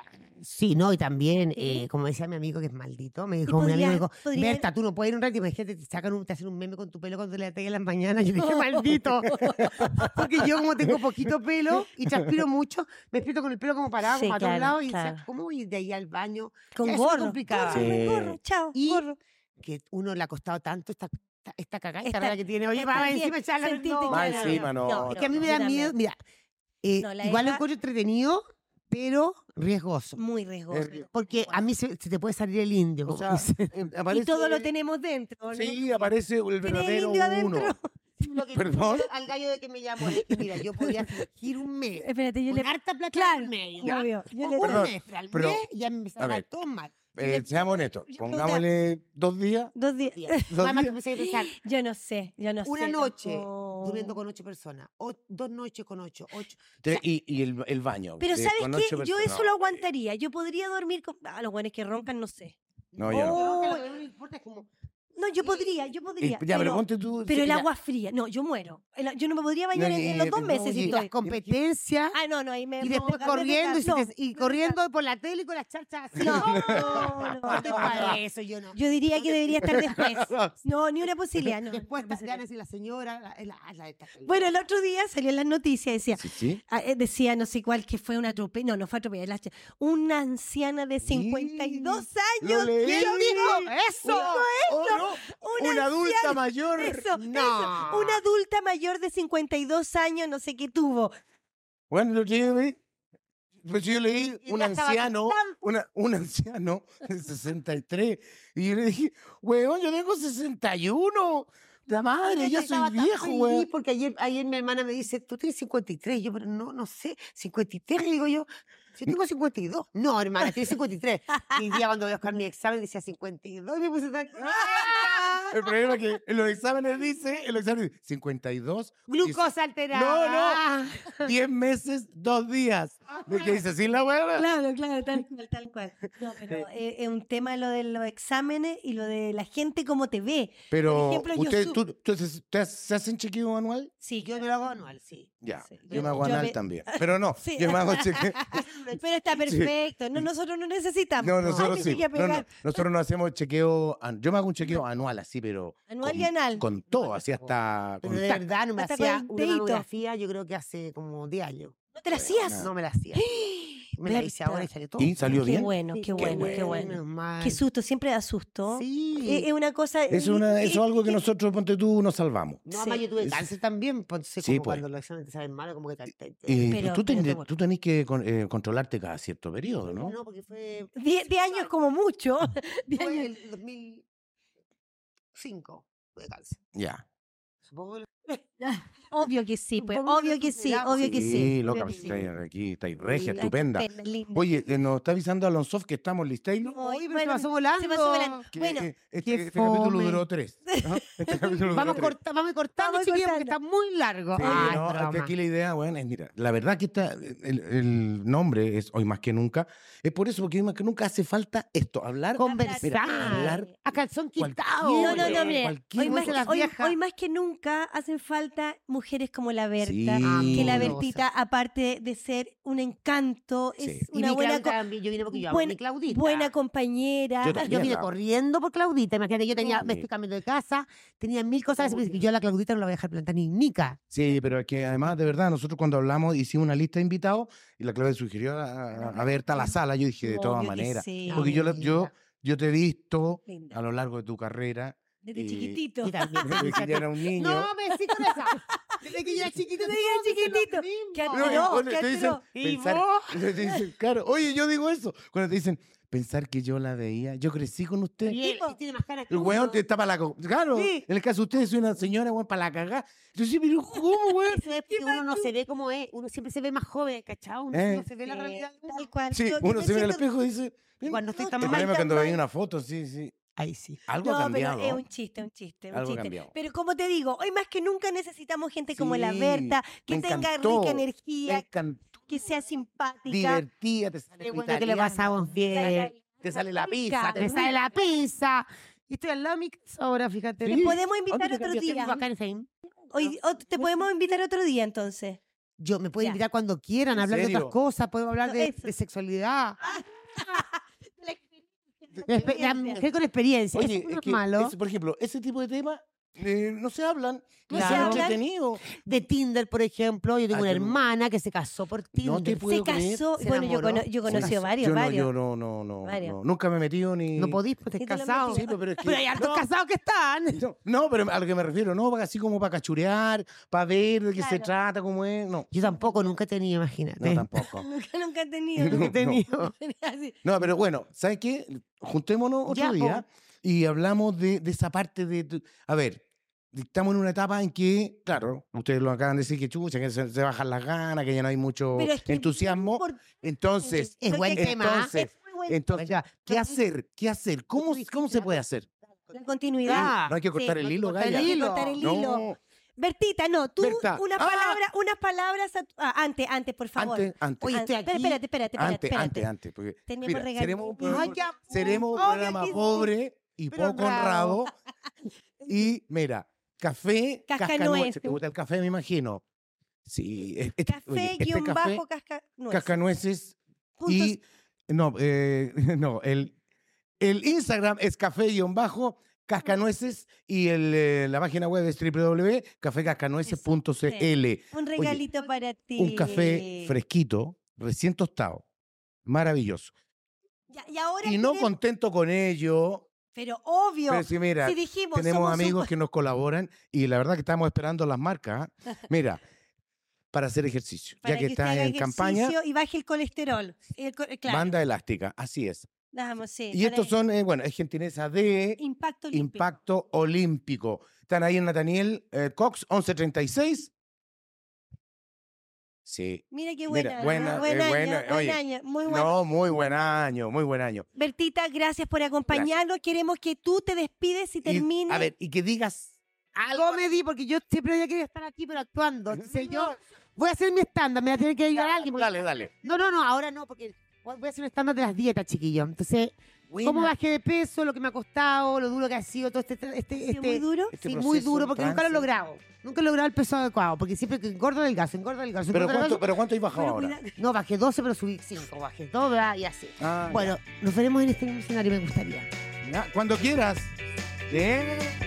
Speaker 4: Sí, no, y también, eh, como decía mi amigo que es maldito, me dijo un
Speaker 3: podría-
Speaker 4: amigo, me dijo,
Speaker 3: podría-
Speaker 4: Berta, tú no puedes ir a un reality, imagínate, te sacan un, te hacen un meme con tu pelo cuando te la en las mañanas. Yo dije, maldito. Porque yo como tengo poquito pelo y transpiro mucho, me despierto con el pelo como parado,
Speaker 3: Sí,
Speaker 4: como para
Speaker 3: claro,
Speaker 4: todos lados, y
Speaker 3: claro.
Speaker 4: decía, ¿cómo voy a ir de ahí al baño?
Speaker 3: Con
Speaker 4: Eso es
Speaker 3: gorro.
Speaker 4: complicado.
Speaker 3: Gorro,
Speaker 2: Sí.
Speaker 3: gorro, chao,
Speaker 4: Y-
Speaker 3: gorro.
Speaker 4: Que uno le ha costado tanto esta, esta, esta cagada, esta
Speaker 3: Esta-
Speaker 4: rara que tiene. Oye,
Speaker 3: Esta
Speaker 4: va
Speaker 3: bien,
Speaker 4: encima echarla.
Speaker 3: sentirte
Speaker 4: no.
Speaker 2: Más
Speaker 3: que-
Speaker 2: encima, no,
Speaker 4: Es que a mí
Speaker 3: no,
Speaker 4: me
Speaker 3: yo
Speaker 4: da
Speaker 3: también.
Speaker 4: miedo, mira, eh,
Speaker 3: No, la
Speaker 4: igual lo
Speaker 3: Eva-
Speaker 4: encuentro entretenido, pero riesgoso.
Speaker 3: Muy riesgoso.
Speaker 2: Es-
Speaker 4: Porque a mí se, se te puede salir el indio.
Speaker 2: O
Speaker 4: como
Speaker 2: sea,
Speaker 4: dicen.
Speaker 2: eh,
Speaker 3: Y
Speaker 2: aparece-
Speaker 3: todo lo tenemos dentro. ¿no?
Speaker 2: Sí, aparece el
Speaker 3: Tiene el
Speaker 2: verdadero
Speaker 3: indio
Speaker 2: uno.
Speaker 3: adentro.
Speaker 4: Lo que yo
Speaker 2: ¿Perdón?
Speaker 4: digo Al gallo de que me llamó. es que, mira, yo podía fingir un mes.
Speaker 3: Espérate, yo
Speaker 4: Con
Speaker 3: le...
Speaker 4: harta plata
Speaker 3: Claro,
Speaker 4: al medio. ¿ya?
Speaker 3: obvio, yo le-
Speaker 4: Un
Speaker 2: Perdón,
Speaker 4: mes, al
Speaker 2: pero-
Speaker 4: mes ya me
Speaker 2: a
Speaker 4: empezaba
Speaker 2: ver.
Speaker 4: a tomar.
Speaker 2: Eh, seamos honestos,
Speaker 3: Yo-
Speaker 2: pongámosle dos días.
Speaker 3: Dos días.
Speaker 2: Dos
Speaker 4: Además,
Speaker 2: días.
Speaker 4: empecé a pensar,
Speaker 3: Yo no sé, yo no sé.
Speaker 4: una noche
Speaker 3: tampoco.
Speaker 4: durmiendo con ocho personas, o- dos noches con ocho, ocho.
Speaker 2: Te- y y el, el baño.
Speaker 3: Pero
Speaker 2: de-
Speaker 3: ¿sabes
Speaker 2: con
Speaker 3: qué?
Speaker 2: ocho
Speaker 3: Yo
Speaker 2: personas.
Speaker 3: eso lo aguantaría. Yo podría dormir con... Ah, los buenos que roncan, no sé.
Speaker 2: No, yo no.
Speaker 4: Yo creo que lo que no me importa es como,
Speaker 3: No, yo podría, yo
Speaker 2: Y-
Speaker 3: podría.
Speaker 2: ya, pero
Speaker 3: pero,
Speaker 2: ponte tú.
Speaker 3: pero el
Speaker 2: ya,
Speaker 3: agua fría. No, yo muero. El a- Yo no me podría bañar en, en los dos
Speaker 2: no,
Speaker 3: meses si
Speaker 2: y-
Speaker 3: estoy...
Speaker 4: las competencias,
Speaker 3: Ah, no, no, ahí me...
Speaker 4: y
Speaker 3: no,
Speaker 4: después
Speaker 3: Carlota,
Speaker 4: corriendo, y, se
Speaker 3: no,
Speaker 4: te- y
Speaker 3: no,
Speaker 4: corriendo por la tele con las charchas así.
Speaker 3: No,
Speaker 4: No,
Speaker 3: no, no,
Speaker 4: estoy para eso, yo no.
Speaker 3: Yo diría que debería estar después. No, ni una posibilidad. no,
Speaker 4: Después
Speaker 3: no
Speaker 4: te
Speaker 3: pasa
Speaker 4: te
Speaker 3: nada.
Speaker 4: van a decir la señora, la, la- la de esta-
Speaker 3: Bueno, el otro día salió en las noticias, decía,
Speaker 2: Sí, sí.
Speaker 3: ah, eh, decía no sé cuál, que fue una atropella, no, no fue atropella, la- una anciana de 52
Speaker 2: Lo
Speaker 3: años.
Speaker 2: leí.
Speaker 3: ¿Quién
Speaker 2: Lo
Speaker 3: dijo?
Speaker 4: ¡Eso!
Speaker 2: Oh, no,
Speaker 3: Una,
Speaker 2: Una adulta mayor.
Speaker 3: eso,
Speaker 4: No.
Speaker 3: eso, una adulta mayor de 52 años, no sé qué tuvo.
Speaker 2: Bueno, lo que yo leí. Pues yo leí
Speaker 4: Y- y
Speaker 2: un
Speaker 4: ya estaba
Speaker 2: anciano,
Speaker 4: tan-
Speaker 2: una, un anciano de 63. Y yo le dije, weón, yo tengo 61. La madre,
Speaker 4: Yo
Speaker 2: ya
Speaker 4: estaba
Speaker 2: soy
Speaker 4: tan
Speaker 2: viejo,
Speaker 4: feliz,
Speaker 2: weón.
Speaker 4: Porque ayer, ayer mi hermana me dice, tú tienes 53. Yo, pero no, no sé, 53, digo yo. Yo tengo 52. No, hermana, tienes 53. Y el día cuando voy a buscar mi examen decía 52 y me puse tan...
Speaker 2: El problema es que en los exámenes dice, en los exámenes dice, 52,
Speaker 4: Glucosa alterada.
Speaker 3: Ah,
Speaker 4: No, no.
Speaker 2: 10 meses, 2 días. ¿De qué dice así la weona?
Speaker 3: Claro, claro, tal cual, tal cual. No, pero eh, es un tema lo de los exámenes y lo de la gente cómo te ve.
Speaker 2: Pero,
Speaker 3: ejemplo, yo
Speaker 2: ¿ustedes
Speaker 3: su-
Speaker 2: tú, tú haces- te has- se hacen chequeo anual?
Speaker 3: Sí,
Speaker 4: Yo me lo hago anual, sí.
Speaker 2: Ya,
Speaker 3: Sí,
Speaker 2: yo,
Speaker 3: yo-
Speaker 2: me hago
Speaker 3: yo
Speaker 2: anal
Speaker 3: me-
Speaker 2: también. Pero no,
Speaker 3: Sí.
Speaker 2: yo me hago chequeo.
Speaker 3: Pero está perfecto. No, nosotros Ah, no necesitamos.
Speaker 2: No,
Speaker 3: Ay,
Speaker 2: nosotros
Speaker 3: me
Speaker 2: sí.
Speaker 3: llegué a
Speaker 2: No, no,
Speaker 3: pegar.
Speaker 2: nosotros no hacemos chequeo. an- Yo me hago un chequeo anual así, pero.
Speaker 3: Anual
Speaker 2: con,
Speaker 3: y anal.
Speaker 2: Con todo, así hasta.
Speaker 4: Pero
Speaker 2: con
Speaker 4: de
Speaker 2: tac.
Speaker 4: verdad no me
Speaker 3: Hasta con
Speaker 4: hacía
Speaker 3: el
Speaker 4: una
Speaker 3: dedito.
Speaker 4: mamografía, yo creo que hace como 10 años.
Speaker 3: ¿No te la hacías? ¡Ah! ¿Eh?
Speaker 4: No me la hacía. Me la hice ahora y salió todo.
Speaker 2: ¿Y salió
Speaker 3: Qué
Speaker 2: bien?
Speaker 3: bueno,
Speaker 4: Sí,
Speaker 3: qué bueno, qué bueno.
Speaker 4: menos mal.
Speaker 3: Qué susto, siempre da susto.
Speaker 4: Sí.
Speaker 3: Es es una cosa.
Speaker 2: Es,
Speaker 3: y-
Speaker 2: una, es
Speaker 3: y-
Speaker 2: algo que
Speaker 3: y-
Speaker 2: nosotros, ponte tú, nos salvamos.
Speaker 4: No, además
Speaker 3: Sí.
Speaker 4: yo tuve
Speaker 2: Es-
Speaker 4: cáncer también, pues, entonces
Speaker 2: Sí,
Speaker 4: como
Speaker 2: pues.
Speaker 4: cuando los exámenes te salen mal, como que te- te- te-
Speaker 2: Eh,
Speaker 3: Pero-
Speaker 2: tú,
Speaker 3: pero
Speaker 2: tenés,
Speaker 3: te vol-
Speaker 2: tú tenés que con- eh, controlarte cada cierto periodo, ¿no?
Speaker 4: No, porque fue,
Speaker 3: Die- de años como mucho. De
Speaker 4: fue
Speaker 3: años.
Speaker 4: el 2005 tuve cáncer.
Speaker 2: Ya.
Speaker 4: Supongo que
Speaker 3: Obvio que sí,
Speaker 4: Un
Speaker 3: pues.
Speaker 4: poco
Speaker 3: Obvio que sí,
Speaker 4: desesperado,
Speaker 3: obvio que sí.
Speaker 2: Sí, loca,
Speaker 3: obvio que
Speaker 2: pues,
Speaker 3: sí.
Speaker 2: estáis aquí, estáis regia,
Speaker 4: Sí.
Speaker 2: estupenda.
Speaker 3: Estupenda, linda.
Speaker 2: Oye, eh, nos está avisando Alonsov que estamos listos. ¿no?
Speaker 3: Hoy,
Speaker 4: Oye, pero se
Speaker 3: bueno,
Speaker 4: pasó volando.
Speaker 3: se pasó volando.
Speaker 2: Que,
Speaker 3: Bueno,
Speaker 2: eh, este,
Speaker 4: qué
Speaker 2: este capítulo
Speaker 4: fome.
Speaker 2: duró tres. ¿no? Este capítulo duró
Speaker 4: Vamos,
Speaker 2: tres.
Speaker 4: corta- vamos cortando,
Speaker 3: Vamos
Speaker 4: chiquillos, porque
Speaker 3: cortando.
Speaker 4: está muy largo.
Speaker 2: Sí,
Speaker 3: Ah,
Speaker 4: Ay,
Speaker 2: no,
Speaker 4: broma.
Speaker 2: que aquí la idea, bueno, es mira, la verdad que está, el, el nombre es hoy más que nunca, es por eso, porque hoy más que nunca hace falta esto, hablar
Speaker 4: Conversar.
Speaker 2: hablar
Speaker 4: a calzón
Speaker 2: cualquier-
Speaker 4: quitado.
Speaker 3: No, no, no,
Speaker 2: Oye,
Speaker 3: mire.
Speaker 2: cualquier
Speaker 3: Hoy más,
Speaker 4: cosa
Speaker 3: que,
Speaker 4: las
Speaker 3: hoy-
Speaker 4: viejas.
Speaker 3: hoy más que nunca hacen falta mujeres como la Berta.
Speaker 2: Sí.
Speaker 3: Ah, Que la
Speaker 4: Amorosa.
Speaker 3: Bertita, aparte de ser un encanto,
Speaker 2: Sí.
Speaker 3: es
Speaker 4: Y
Speaker 3: una
Speaker 4: mi
Speaker 3: buena,
Speaker 4: Claudita
Speaker 3: co-
Speaker 4: también, yo vine porque yo amo a
Speaker 3: buena-
Speaker 4: mi Claudita.
Speaker 3: buena compañera.
Speaker 2: Yo también.
Speaker 4: Yo vine
Speaker 2: Mierda.
Speaker 4: corriendo por Claudita. Imagínate, yo tenía, me
Speaker 2: Sí.
Speaker 4: estoy cambiando de casa, tenía mil cosas. y Yo a la Claudita no la voy a dejar plantar ni nica.
Speaker 2: Sí, pero es que además, de verdad, nosotros cuando hablamos hicimos una lista de invitados y la clave sugirió a, a- a Berta a la sala, yo dije, de todas
Speaker 3: Obvio que
Speaker 2: maneras,
Speaker 3: sí.
Speaker 2: Porque yo la- yo- yo te he visto
Speaker 3: Linda.
Speaker 2: a lo largo de tu carrera,
Speaker 3: Desde
Speaker 2: y-
Speaker 3: chiquitito.
Speaker 4: Y también.
Speaker 2: desde que ya era un niño.
Speaker 4: No, me sí con esa. Desde que yo era chiquita.
Speaker 3: Desde que era
Speaker 4: siempre hice lo
Speaker 3: chiquitito.
Speaker 4: mismo.
Speaker 3: Que
Speaker 2: No, y
Speaker 3: No,
Speaker 2: cuando te
Speaker 3: que
Speaker 2: dicen,
Speaker 3: no.
Speaker 4: Y
Speaker 2: pensar-
Speaker 4: vos.
Speaker 2: cuando te dicen, claro, oye, yo digo eso. Cuando te dicen, pensar que yo la veía, yo crecí con usted.
Speaker 4: Y él, y tiene más cara que
Speaker 2: El weón
Speaker 4: uno.
Speaker 2: te está para la cagada. Claro,
Speaker 4: Sí.
Speaker 2: en el caso de ustedes, soy una señora, weón, para la cagada. Yo sí, pero ¿cómo, weón?
Speaker 4: Eso es porque uno no se ve como es. Uno siempre se ve más joven, ¿cachado? Uno
Speaker 2: Eh.
Speaker 4: no se ve la
Speaker 3: Sí,
Speaker 4: realidad. de uno.
Speaker 3: Tal cual.
Speaker 2: Sí,
Speaker 3: Yo- yo
Speaker 2: uno
Speaker 3: me
Speaker 2: se ve en el
Speaker 3: siento-
Speaker 2: espejo y dice. "Mira,
Speaker 4: Igual no estoy tan
Speaker 2: El
Speaker 4: mal.
Speaker 2: problema es cuando
Speaker 3: tan
Speaker 2: veis
Speaker 3: mal.
Speaker 2: una foto, sí, sí.
Speaker 4: Ahí sí.
Speaker 2: Algo
Speaker 3: No,
Speaker 2: ha cambiado.
Speaker 3: pero es
Speaker 2: ¿no?
Speaker 3: un chiste, un chiste, un
Speaker 2: Algo ha
Speaker 3: chiste.
Speaker 2: cambiado.
Speaker 3: Pero como te digo, hoy más que nunca necesitamos gente como la
Speaker 2: Sí,
Speaker 3: Berta, que
Speaker 2: me
Speaker 3: tenga
Speaker 2: encantó.
Speaker 3: rica
Speaker 2: Me
Speaker 3: energía,
Speaker 2: encantó,
Speaker 3: que sea simpática.
Speaker 2: divertida, te sale
Speaker 4: Qué Eh, bueno que le
Speaker 2: vegetariana,
Speaker 4: pasamos bien.
Speaker 2: Te sale la pizza.
Speaker 4: Me
Speaker 2: Te
Speaker 4: sale la pizza. Y estoy al lado de mi casa ahora, fíjate.
Speaker 2: Sí.
Speaker 3: Te podemos invitar
Speaker 4: ¿Dónde te
Speaker 3: otro
Speaker 4: cambiaste?
Speaker 3: día.
Speaker 4: Vivo acá en Efraín.
Speaker 3: Hoy, o- te podemos invitar otro día entonces.
Speaker 4: Yo me puedo
Speaker 3: Ya.
Speaker 4: invitar cuando quieran,
Speaker 2: ¿En
Speaker 4: hablar de
Speaker 2: serio?
Speaker 4: otras cosas, podemos hablar
Speaker 3: No,
Speaker 4: de,
Speaker 3: eso.
Speaker 4: de sexualidad. La, espe- la
Speaker 3: Experiencia.
Speaker 4: mujer con experiencia,
Speaker 2: Oye,
Speaker 4: eso no
Speaker 2: es
Speaker 4: es oh?
Speaker 2: que
Speaker 4: malo.
Speaker 2: ese- por ejemplo, ese tipo de temas eh, no se hablan. No se
Speaker 4: Claro.
Speaker 2: hablan. entretenido.
Speaker 4: De Tinder, por ejemplo, yo tengo
Speaker 2: Ah,
Speaker 4: una
Speaker 2: yo no-
Speaker 4: hermana que se casó por Tinder.
Speaker 2: te puedo-
Speaker 3: Se
Speaker 2: puedo creer.
Speaker 3: casó.
Speaker 4: Se
Speaker 3: bueno, yo,
Speaker 4: enamoró.
Speaker 3: cono- yo he
Speaker 4: Se
Speaker 3: conocido
Speaker 4: casó.
Speaker 3: varios,
Speaker 2: yo
Speaker 3: varios.
Speaker 2: No, yo no, no, no,
Speaker 3: Varios.
Speaker 2: no. Nunca me he metido ni.
Speaker 4: No podís, pues
Speaker 3: Sí,
Speaker 4: estás
Speaker 3: te lo
Speaker 4: casado.
Speaker 2: Sí, pero es que-
Speaker 4: Pero hay hartos
Speaker 2: no,
Speaker 4: casados que están.
Speaker 2: no, no, pero a lo que me refiero, no, así como para cachurear, para ver de qué se
Speaker 3: Claro.
Speaker 2: trata, cómo es. No,
Speaker 4: Yo tampoco, nunca he tenido, imagínate.
Speaker 2: no tampoco.
Speaker 3: Nunca, nunca he tenido.
Speaker 4: Nunca he tenido.
Speaker 3: Así.
Speaker 2: No, pero bueno, ¿sabes qué? Juntémonos otro
Speaker 4: Ya, po.
Speaker 2: día y hablamos de, de esa parte de... tu- A ver, estamos en una etapa en que, claro, ustedes lo acaban de decir que chucha, que se, se bajan las ganas, que ya no hay mucho
Speaker 3: Pero es que-
Speaker 2: entusiasmo.
Speaker 3: Por-
Speaker 2: Entonces,
Speaker 4: Es buen
Speaker 3: Entonces-
Speaker 4: tema. ¿ah?
Speaker 2: entonces,
Speaker 3: Es muy buen-
Speaker 2: entonces,
Speaker 4: Ya,
Speaker 2: ¿qué hacer? ¿Qué hacer? ¿Cómo,
Speaker 4: dijiste
Speaker 2: cómo se
Speaker 4: la
Speaker 2: puede
Speaker 3: pues.
Speaker 2: hacer?
Speaker 3: La continuidad.
Speaker 4: Ya.
Speaker 2: No hay que cortar
Speaker 3: no
Speaker 2: el
Speaker 3: hay que
Speaker 2: hilo,
Speaker 4: cortar el
Speaker 2: Gaya.
Speaker 3: Hay que cortar el
Speaker 2: Ah, No,
Speaker 3: hilo. Bertita, no, tú
Speaker 2: Berta.
Speaker 3: unas
Speaker 2: Ah.
Speaker 3: palabras, unas palabras a tu- ah, antes, antes, por favor.
Speaker 2: antes, antes.
Speaker 4: Oye, estoy
Speaker 3: Espera,
Speaker 4: aquí.
Speaker 3: Espérate, espérate, espérate,
Speaker 2: antes,
Speaker 3: espérate.
Speaker 2: antes, antes. Porque,
Speaker 3: Tenemos
Speaker 2: mira,
Speaker 3: regalitos.
Speaker 2: seremos un programa,
Speaker 4: Ay, qué amor.
Speaker 2: seremos un
Speaker 4: Obvio
Speaker 2: programa
Speaker 4: que sí.
Speaker 2: pobre y
Speaker 4: Pero
Speaker 2: poco honrado.
Speaker 4: bravo.
Speaker 2: Y mira, café,
Speaker 3: Cascanueces.
Speaker 2: cascanueces. ¿Te gusta el café, me imagino? Sí. es- este-
Speaker 3: Café,
Speaker 2: oye, este
Speaker 3: guión
Speaker 2: café,
Speaker 3: bajo, casca, nuez.
Speaker 2: cascanueces.
Speaker 3: Puntos-
Speaker 2: Y, no, eh, no, el, el Instagram es café guión bajo cascanueces y el, eh, la página web es www.cafecascanueces.cl.
Speaker 3: un regalito para ti.
Speaker 2: Un café fresquito, recién tostado. Maravilloso.
Speaker 3: Ya- y ahora
Speaker 2: Y no
Speaker 3: quieren-
Speaker 2: contento con ello,
Speaker 3: Pero obvio.
Speaker 2: pero sí, mira,
Speaker 3: si dijimos,
Speaker 2: tenemos
Speaker 3: somos
Speaker 2: amigos
Speaker 3: un-
Speaker 2: que nos colaboran y la verdad que estamos esperando las marcas. ¿ah? Mira, para hacer ejercicio,
Speaker 3: para
Speaker 2: ya que,
Speaker 3: usted
Speaker 2: estás
Speaker 3: haga
Speaker 2: en campaña,
Speaker 3: ejercicio Y baje el colesterol. El co- eh, claro.
Speaker 2: banda elástica, así es.
Speaker 3: Vamos, sí,
Speaker 2: Y
Speaker 3: para
Speaker 2: estos son, eh, bueno, es gentileza de
Speaker 3: Impacto Olímpico.
Speaker 2: Impacto Olímpico. Están ahí en Nathaniel eh, Cox, 1136. Sí.
Speaker 3: Mira qué buena.
Speaker 2: Mira, buena,
Speaker 3: ¿no? buen
Speaker 2: eh,
Speaker 3: año,
Speaker 2: buena,
Speaker 3: buen
Speaker 2: oye,
Speaker 3: año, Muy buena.
Speaker 2: No, muy buen año, muy buen año.
Speaker 3: Bertita, gracias por acompañarnos. Queremos que tú te despides y
Speaker 2: Y,
Speaker 3: termines.
Speaker 2: a ver, este y que digas
Speaker 4: Algo me di, porque yo siempre había querido estar aquí, pero actuando. Entonces yo voy a hacer mi estándar, me va a tener que ayudar alguien. porque-
Speaker 2: Dale, dale.
Speaker 4: No, no, no, ahora no, porque voy voy a hacer un estándar de las dietas, chiquillo. Entonces, cómo
Speaker 2: Buena.
Speaker 4: bajé de peso, lo que me ha costado, lo duro que ha sido todo este... este, este,
Speaker 3: ¿Ha sido muy duro.
Speaker 2: Este
Speaker 4: sí, muy
Speaker 2: proceso,
Speaker 4: duro, porque
Speaker 2: un
Speaker 4: nunca lo he
Speaker 2: trance.
Speaker 4: logrado. Nunca he logrado el peso adecuado, porque siempre que engordo delgazo, engordo delgazo.
Speaker 2: ¿Pero
Speaker 4: engordo,
Speaker 2: cuánto,
Speaker 4: delgazo.
Speaker 2: pero cuánto has bajado
Speaker 3: Pero
Speaker 2: ahora?
Speaker 3: cuidado.
Speaker 4: No, bajé 12, pero subí 5, bajé 2 ¿verdad? y así.
Speaker 2: Ah,
Speaker 4: Bueno, nos veremos en este mismo escenario, me gustaría.
Speaker 2: ya. Ya, Cuando quieras. ¿Eh?